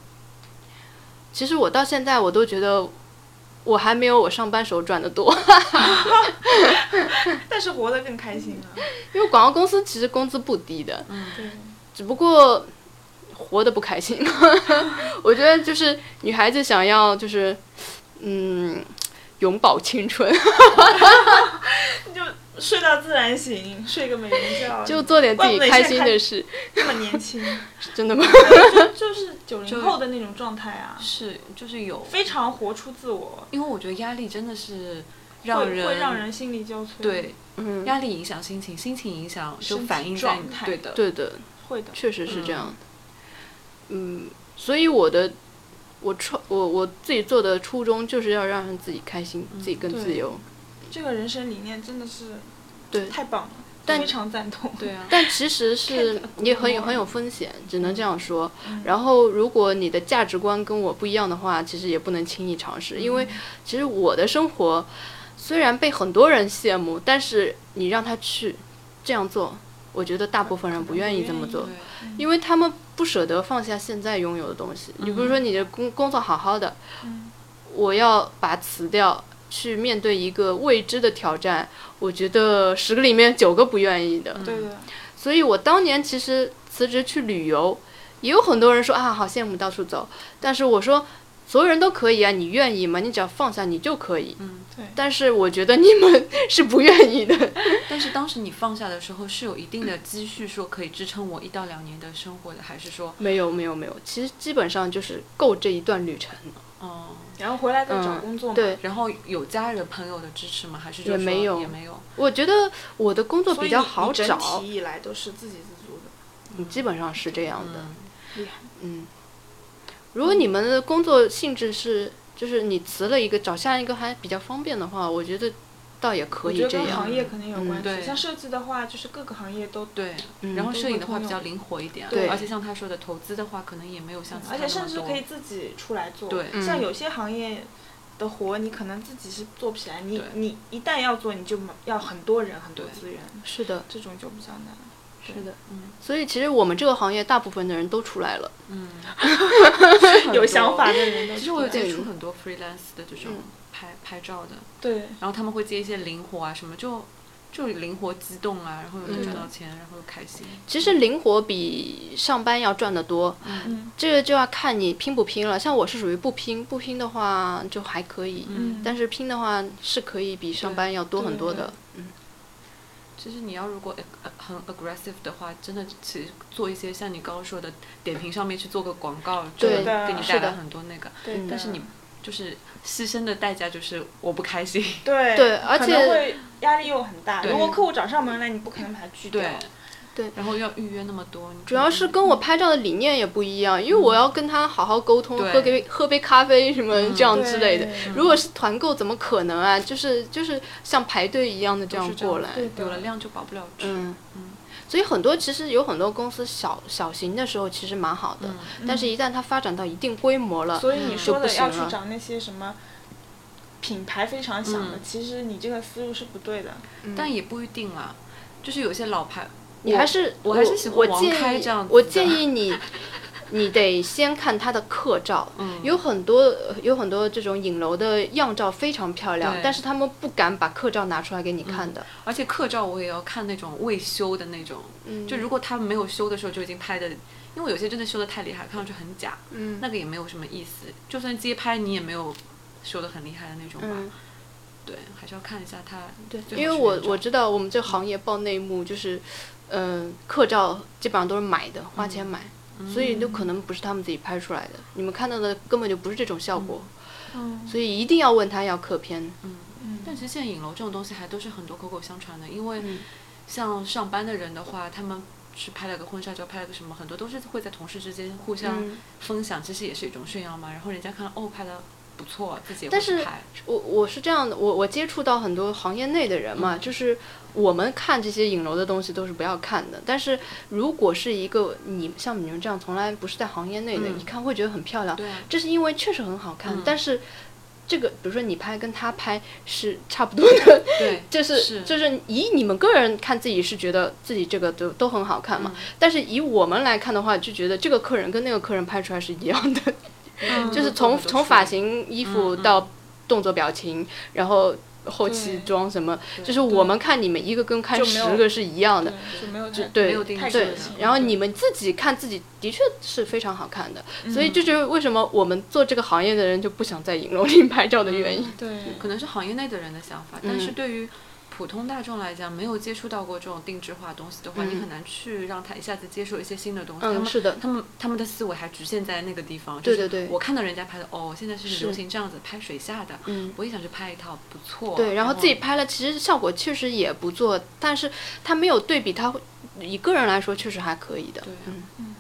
[SPEAKER 2] 其实我到现在我都觉得，我还没有我上班时候赚的多，
[SPEAKER 1] 但是活得更开心了。
[SPEAKER 2] 因为广告公司其实工资不低的，
[SPEAKER 1] 对，
[SPEAKER 2] 只不过活得不开心。 我觉得就是女孩子想要就是，嗯，永葆青春，
[SPEAKER 1] 你就睡到自然醒，睡个美容觉，
[SPEAKER 2] 就做点自
[SPEAKER 1] 怪不
[SPEAKER 2] 己
[SPEAKER 1] 得你
[SPEAKER 2] 开
[SPEAKER 1] 现在
[SPEAKER 2] 心的事，
[SPEAKER 1] 这么年轻，
[SPEAKER 2] 真的吗？
[SPEAKER 1] 就就是九零后的那种状态啊，
[SPEAKER 3] 是，就是有，
[SPEAKER 1] 非常活出自我，
[SPEAKER 3] 因为我觉得压力真的是让
[SPEAKER 1] 会
[SPEAKER 3] 人
[SPEAKER 1] 会让人心力交瘁。，
[SPEAKER 3] 对
[SPEAKER 2] 嗯，
[SPEAKER 3] 压力影响心情，心情影响就
[SPEAKER 1] 身体
[SPEAKER 3] 反映在
[SPEAKER 1] 状
[SPEAKER 3] 你
[SPEAKER 1] 态
[SPEAKER 3] 对的，
[SPEAKER 2] 对的，
[SPEAKER 1] 会的。
[SPEAKER 2] 确实是这
[SPEAKER 3] 嗯
[SPEAKER 2] 样的。嗯，所以我的我创我我自己做的初衷就是要让自己开心，自己更自
[SPEAKER 1] 对
[SPEAKER 2] 由。
[SPEAKER 1] 这个人生理念真的是
[SPEAKER 2] 对
[SPEAKER 1] 太棒了，
[SPEAKER 2] 但
[SPEAKER 1] 非常赞同。
[SPEAKER 3] 对啊，
[SPEAKER 2] 但其实是也很嗯有很有风险，只能这样说。然后，如果你的价值观跟我不一样的话，其实也不能轻易尝试，因为其实我的生活虽然被很多人羡慕，但是你让他去这样做，我觉得大部分人不愿意这么做。
[SPEAKER 3] 对，
[SPEAKER 2] 因为他们不舍得放下现在拥有的东西。你比如说你的工工作好好的，
[SPEAKER 1] 嗯
[SPEAKER 2] 我要把它辞掉，去面对一个未知的挑战，我觉得十个里面九个不愿意的。
[SPEAKER 1] 对的，
[SPEAKER 2] 所以我当年其实辞职去旅游，也有很多人说啊，好羡慕到处走，但是我说。所有人都可以啊，你愿意吗？你只要放下，你就可以。
[SPEAKER 3] 嗯，
[SPEAKER 1] 对
[SPEAKER 2] 但是我觉得你们是不愿意的。
[SPEAKER 3] 但是当时你放下的时候是有一定的积蓄，说可以支撑我一到两年的生活的，还是说，
[SPEAKER 2] 没有，没有，没有。其实基本上就是够这一段旅程。
[SPEAKER 3] 嗯，
[SPEAKER 1] 然后回来再找
[SPEAKER 2] 嗯
[SPEAKER 1] 工作嘛。
[SPEAKER 2] 对，
[SPEAKER 3] 然后有家人朋友的支持吗？还是就
[SPEAKER 2] 也
[SPEAKER 3] 说
[SPEAKER 2] 没有
[SPEAKER 3] 也没有，
[SPEAKER 2] 我觉得我的工作
[SPEAKER 1] 所以
[SPEAKER 2] 比
[SPEAKER 1] 你
[SPEAKER 2] 较好
[SPEAKER 1] 你
[SPEAKER 2] 找
[SPEAKER 1] 整，体以来都是自给自足的，
[SPEAKER 2] 嗯基本上是这样的。
[SPEAKER 3] 嗯
[SPEAKER 1] 厉害。
[SPEAKER 2] 嗯，如果你们的工作性质是，就是你辞了一个找下一个还比较方便的话，我觉得倒也可
[SPEAKER 1] 我
[SPEAKER 2] 以
[SPEAKER 1] 觉得
[SPEAKER 2] 这
[SPEAKER 1] 跟
[SPEAKER 2] 样。
[SPEAKER 1] 行业肯定有
[SPEAKER 2] 嗯
[SPEAKER 1] 关系，
[SPEAKER 3] 对
[SPEAKER 1] 像设计的话，就是各个行业都
[SPEAKER 3] 对，
[SPEAKER 2] 嗯
[SPEAKER 3] 然后摄影的
[SPEAKER 1] 都
[SPEAKER 3] 话
[SPEAKER 1] 会
[SPEAKER 3] 比较
[SPEAKER 1] 通
[SPEAKER 3] 灵活一点，
[SPEAKER 1] 对
[SPEAKER 3] 而且像他说的投资的话，可能也没有像其他
[SPEAKER 1] 而
[SPEAKER 3] 那么
[SPEAKER 1] 且甚至
[SPEAKER 3] 多
[SPEAKER 1] 可以自己出来做。
[SPEAKER 3] 对
[SPEAKER 1] 像
[SPEAKER 2] 嗯
[SPEAKER 1] 有些行业，的活，你可能自己是做不起来。你
[SPEAKER 3] 对
[SPEAKER 1] 你一旦要做，你就要很多人很多
[SPEAKER 3] 对
[SPEAKER 1] 资源，
[SPEAKER 2] 是的，
[SPEAKER 1] 这种就比较难。
[SPEAKER 2] 是的。
[SPEAKER 3] 嗯
[SPEAKER 2] 所以其实我们这个行业大部分的人都出来了，
[SPEAKER 3] 嗯，
[SPEAKER 1] 有想法。的人都
[SPEAKER 3] 其实我有
[SPEAKER 1] 这
[SPEAKER 3] 接触很多 freelance 的这种
[SPEAKER 2] 嗯
[SPEAKER 3] 拍拍照的，
[SPEAKER 1] 对
[SPEAKER 3] 然后他们会接一些灵活啊什么，就就灵活机动啊，然后又能
[SPEAKER 2] 嗯
[SPEAKER 3] 赚到钱，然后又开心。
[SPEAKER 2] 其实灵活比上班要赚得多，
[SPEAKER 3] 嗯
[SPEAKER 1] 嗯
[SPEAKER 2] 这个就要看你拼不拼了。像我是属于不拼，不拼的话就还可以，
[SPEAKER 1] 嗯，
[SPEAKER 2] 但是拼的话是可以比上班要多很多的。
[SPEAKER 3] 其实你要如果 ag- 呃很 aggressive 的话，真的其实做一些像你刚刚说的点评上面去做个广告，就
[SPEAKER 2] 对
[SPEAKER 3] 会给你
[SPEAKER 1] 是
[SPEAKER 3] 带
[SPEAKER 2] 的
[SPEAKER 3] 来很多那个。
[SPEAKER 1] 对的，
[SPEAKER 2] 嗯
[SPEAKER 3] 但是你就是牺牲的代价就是我不 开心。
[SPEAKER 1] 对
[SPEAKER 2] 对而
[SPEAKER 1] 可
[SPEAKER 2] 且
[SPEAKER 1] 能会压力又很大。
[SPEAKER 3] 对
[SPEAKER 1] 如果客户找上门来，你不可能把他拒掉。
[SPEAKER 3] 对，
[SPEAKER 2] 对
[SPEAKER 3] 然后要预约那么多，你
[SPEAKER 2] 主要是跟我拍照的理念也不一样，因为我要跟他好好沟通，
[SPEAKER 3] 对
[SPEAKER 2] 喝杯喝杯咖啡什么
[SPEAKER 3] 嗯
[SPEAKER 2] 这样
[SPEAKER 1] 对
[SPEAKER 2] 之类的。
[SPEAKER 1] 对
[SPEAKER 2] 如果是团购，怎么可能啊？就是就是像排队一样的这
[SPEAKER 3] 都
[SPEAKER 2] 样
[SPEAKER 3] 是这
[SPEAKER 2] 过
[SPEAKER 3] 样
[SPEAKER 2] 来。
[SPEAKER 1] 对
[SPEAKER 3] 有
[SPEAKER 1] 的
[SPEAKER 3] 了量就保不了质。
[SPEAKER 2] 嗯
[SPEAKER 3] 嗯，
[SPEAKER 2] 所以很多其实有很多公司小小型的时候其实蛮好的，但是一旦它发展到一定规模了，
[SPEAKER 1] 嗯所以你
[SPEAKER 3] 嗯
[SPEAKER 1] 说
[SPEAKER 2] 就不
[SPEAKER 1] 的
[SPEAKER 2] 行
[SPEAKER 1] 要去
[SPEAKER 2] 了
[SPEAKER 1] 找那些什么品牌非常响的，
[SPEAKER 3] 嗯
[SPEAKER 1] 其实你这个思路是不对的。
[SPEAKER 2] 嗯
[SPEAKER 3] 但也不一定啦，就是有些老牌，
[SPEAKER 2] 你还是
[SPEAKER 3] 我还是喜欢
[SPEAKER 2] 我
[SPEAKER 3] 王
[SPEAKER 2] 建
[SPEAKER 3] 开
[SPEAKER 2] 议
[SPEAKER 3] 这样子
[SPEAKER 2] 我
[SPEAKER 3] 的
[SPEAKER 2] 建议 你，你得先看他的客照。
[SPEAKER 3] 嗯
[SPEAKER 2] 有很多有很多这种影楼的样照非常漂亮，
[SPEAKER 3] 对嗯
[SPEAKER 2] 但是他们不敢把客照拿出来给你看的。
[SPEAKER 3] 而且课照我也要看那种未修的那种，
[SPEAKER 2] 嗯，
[SPEAKER 3] 就如果他没有修的时候就已经拍的，因为有些真的修的太厉害，看上去很假，
[SPEAKER 2] 嗯
[SPEAKER 3] 那个也没有什么意思。就算街拍你也没有修的很厉害的那种吧，
[SPEAKER 2] 嗯，
[SPEAKER 3] 对，还是要看一下他。
[SPEAKER 2] 对，
[SPEAKER 3] 最好
[SPEAKER 2] 因为
[SPEAKER 3] 是
[SPEAKER 2] 我
[SPEAKER 3] 原照
[SPEAKER 2] 我知道我们这个行业报内幕就是，嗯、客照基本上都是买的，花
[SPEAKER 3] 嗯
[SPEAKER 2] 钱买，所以就可能不是他们自己拍出来的，你们看到的根本就不是这种效果，
[SPEAKER 1] 嗯
[SPEAKER 2] 所以一定要问他要客片。
[SPEAKER 1] 嗯
[SPEAKER 3] 但其实现在影楼这种东西还都是很多口口相传的，因为
[SPEAKER 2] 嗯
[SPEAKER 3] 像上班的人的话，他们去拍了个婚纱照，拍了个什么，很多都是会在同事之间互相
[SPEAKER 2] 嗯
[SPEAKER 3] 分享，其实也是一种炫耀嘛。然后人家看到哦拍的不错，自己也
[SPEAKER 2] 但
[SPEAKER 3] 会
[SPEAKER 2] 是
[SPEAKER 3] 去拍，
[SPEAKER 2] 我我是这样的，我我接触到很多行业内的人
[SPEAKER 3] 嗯
[SPEAKER 2] 嘛，就是我们看这些影楼的东西都是不要看的。但是如果是一个你像你们这样从来不是在行业内的，
[SPEAKER 3] 嗯
[SPEAKER 2] 一看会觉得很漂亮，
[SPEAKER 3] 对啊，
[SPEAKER 2] 这是因为确实很好看，
[SPEAKER 3] 嗯
[SPEAKER 2] 但是。这个，比如说你拍跟他拍是差不多的，
[SPEAKER 3] 对，
[SPEAKER 2] 就是
[SPEAKER 3] 是
[SPEAKER 2] 就是以你们个人看自己是觉得自己这个都都很好看
[SPEAKER 3] 嗯
[SPEAKER 2] 嘛，但是以我们来看的话，就觉得这个客人跟那个客人拍出来是一样的，
[SPEAKER 3] 嗯
[SPEAKER 2] 就是
[SPEAKER 3] 嗯
[SPEAKER 2] 从
[SPEAKER 3] 嗯
[SPEAKER 2] 从发型、衣服
[SPEAKER 3] 嗯嗯
[SPEAKER 2] 到动作、表情，然后后期
[SPEAKER 1] 对
[SPEAKER 2] 妆什么，
[SPEAKER 3] 对
[SPEAKER 2] 就是我们看你们一个跟看
[SPEAKER 1] 就没有
[SPEAKER 2] 十个是一样的。
[SPEAKER 1] 对就没有太
[SPEAKER 2] 对
[SPEAKER 3] 没有定
[SPEAKER 1] 太
[SPEAKER 3] 制
[SPEAKER 2] 对
[SPEAKER 1] 可惜，
[SPEAKER 2] 然后你们自己看自己的确是非常好看的，所以
[SPEAKER 1] 嗯
[SPEAKER 2] 这就是为什么我们做这个行业的人就不想在影楼里拍照的
[SPEAKER 3] 嗯
[SPEAKER 2] 原因。
[SPEAKER 1] 对
[SPEAKER 3] 可能是行业内的人的想法，但是
[SPEAKER 2] 嗯
[SPEAKER 3] 对于普通大众来讲，没有接触到过这种定制化的东西的话，
[SPEAKER 2] 嗯
[SPEAKER 3] 你很难去让他一下子接受一些新的东西。他
[SPEAKER 2] 嗯，
[SPEAKER 3] 们
[SPEAKER 2] 是的，
[SPEAKER 3] 他们他们的思维还局限在那个地方，
[SPEAKER 2] 对
[SPEAKER 3] 就是
[SPEAKER 2] 对对
[SPEAKER 3] 我看到人家拍的，哦，现在是
[SPEAKER 2] 是
[SPEAKER 3] 流行这样子拍水下的，
[SPEAKER 2] 嗯，
[SPEAKER 3] 我也想去拍一套，不错。
[SPEAKER 2] 对，然后自己拍了，其实效果确实也不错，但是它没有对比，它以个人来说确实还可以的。
[SPEAKER 3] 对啊
[SPEAKER 2] 嗯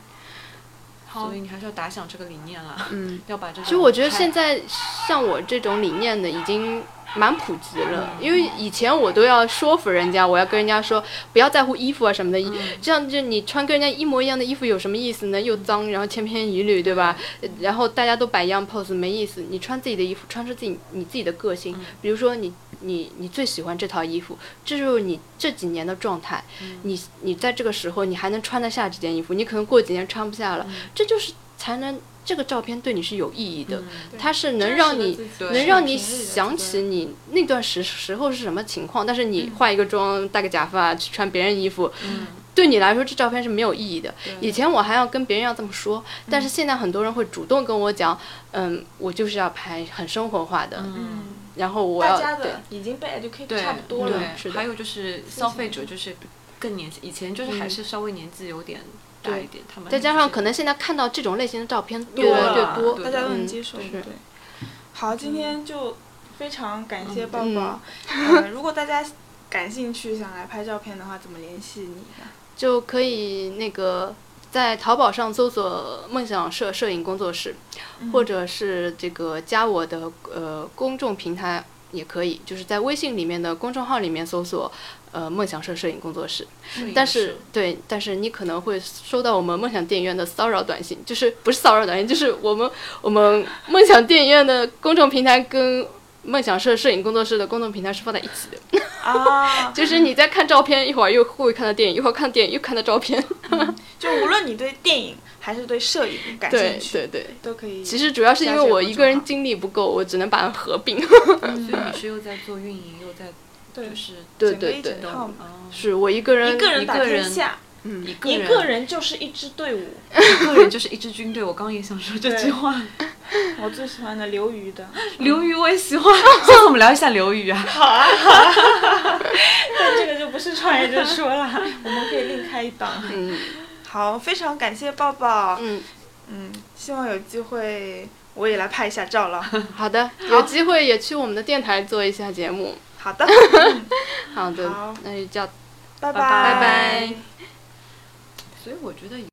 [SPEAKER 1] 好
[SPEAKER 3] 所以你还是要打响这个理念啦，
[SPEAKER 2] 嗯。
[SPEAKER 3] 要把这。
[SPEAKER 2] 其实我觉得现，在像我这种理念的已经蛮普及了，因为以前我都要说服人家，我要跟人家说不要在乎衣服啊什么的，这样就你穿跟人家一模一样的衣服有什么意思呢？又脏，然后千篇一律，对吧？呃然后大家都摆一样 pose 没意思。你穿自己的衣服，穿出自己你自己的个性。比如说你你你最喜欢这套衣服，这就是你这几年的状态。你你在这个时候你还能穿得下这件衣服，你可能过几年穿不下了，这就是才能这个照片对你是有意义的。
[SPEAKER 3] 嗯，
[SPEAKER 2] 它是能让你
[SPEAKER 3] 对
[SPEAKER 2] 能让你
[SPEAKER 1] 平日的
[SPEAKER 2] 想起你那段时时候是什么情况，但是你化一个妆、戴个假发、去穿别人衣服，
[SPEAKER 3] 嗯
[SPEAKER 2] 对你来说这照片是没有意义的。
[SPEAKER 3] 对
[SPEAKER 2] 以前我还要跟别人要这么说，但是现在很多人会主动跟我讲，嗯，我就是要拍很生活化的，
[SPEAKER 3] 嗯。
[SPEAKER 1] 嗯，
[SPEAKER 2] 然后我
[SPEAKER 1] 大
[SPEAKER 2] 要
[SPEAKER 1] 家
[SPEAKER 2] 对
[SPEAKER 1] 的已经被 educate
[SPEAKER 3] 对，
[SPEAKER 1] 差不多了。
[SPEAKER 3] 对
[SPEAKER 2] 是的
[SPEAKER 3] 还有就是消费者就是更年轻，以前就是还是稍微年纪有点大一点，他们
[SPEAKER 2] 嗯再加上可
[SPEAKER 3] 能
[SPEAKER 2] 能现在看到这种类型的照片
[SPEAKER 1] 多
[SPEAKER 2] 越来越
[SPEAKER 1] 了
[SPEAKER 2] 多，
[SPEAKER 3] 对
[SPEAKER 1] 大家都能
[SPEAKER 2] 嗯
[SPEAKER 1] 接受。
[SPEAKER 2] 是
[SPEAKER 1] 对，好，今天就非常感谢抱
[SPEAKER 2] 嗯
[SPEAKER 1] 抱。呃如果大家感兴趣想来拍照片的话，怎么联系你呢？
[SPEAKER 2] 就可以那个在淘宝上搜索“梦想摄摄影工作室”，
[SPEAKER 1] 嗯
[SPEAKER 2] 或者是这个加我的呃公众平台也可以，就是在微信里面的公众号里面搜索呃梦想社摄影工作室。
[SPEAKER 3] 摄影
[SPEAKER 2] 但
[SPEAKER 3] 师
[SPEAKER 2] 是对，但是你可能会收到我们梦想电影院的骚扰短信，就是不是骚扰短信，就是我们我们梦想电影院的公众平台跟梦想社摄影工作室的公众平台是放在一起的，
[SPEAKER 1] 啊，
[SPEAKER 2] 就是你在看照片，一会儿又会看到电影，一会儿看电影又看到照片，
[SPEAKER 1] 就无论你对电影还是对摄影 感
[SPEAKER 2] 对
[SPEAKER 1] 兴趣，
[SPEAKER 2] 对对。
[SPEAKER 1] 都可以。
[SPEAKER 2] 其实主要是因为
[SPEAKER 1] 加起来
[SPEAKER 2] 我
[SPEAKER 1] 会
[SPEAKER 2] 一
[SPEAKER 1] 更
[SPEAKER 2] 个人
[SPEAKER 1] 好
[SPEAKER 2] 精力不够，我只能把它合 并。
[SPEAKER 3] 哦所以你是又在做运营，又在
[SPEAKER 1] 对
[SPEAKER 3] 就是
[SPEAKER 2] 对
[SPEAKER 1] 整个
[SPEAKER 2] 对
[SPEAKER 1] 一整
[SPEAKER 2] 对，
[SPEAKER 1] 套嘛
[SPEAKER 3] 哦，
[SPEAKER 2] 是我一个人
[SPEAKER 1] 一个人
[SPEAKER 3] 一
[SPEAKER 1] 打
[SPEAKER 3] 个
[SPEAKER 1] 天
[SPEAKER 3] 人
[SPEAKER 1] 下，
[SPEAKER 3] 一个
[SPEAKER 1] 一
[SPEAKER 3] 人
[SPEAKER 1] 个人就是一支队伍。
[SPEAKER 3] 一个人就是一支军队。我刚刚也想说这句 话，
[SPEAKER 1] 我最喜欢的刘瑜的，
[SPEAKER 3] 刘瑜我也喜欢。 下次我们聊一下刘瑜啊。
[SPEAKER 1] 但 这个就不是创业者说 了，我们可以另开一档。
[SPEAKER 2] 嗯
[SPEAKER 1] 好，非常感谢抱抱，
[SPEAKER 2] 嗯，
[SPEAKER 1] 嗯，希望有机会我也来拍一下照了。
[SPEAKER 2] 嗯好的，有机会也去我们的电台做一下节目。
[SPEAKER 1] 好 的，
[SPEAKER 2] 好的
[SPEAKER 1] 好，
[SPEAKER 2] 那就叫
[SPEAKER 1] 拜拜
[SPEAKER 3] 拜
[SPEAKER 2] 拜。
[SPEAKER 3] 所以我觉得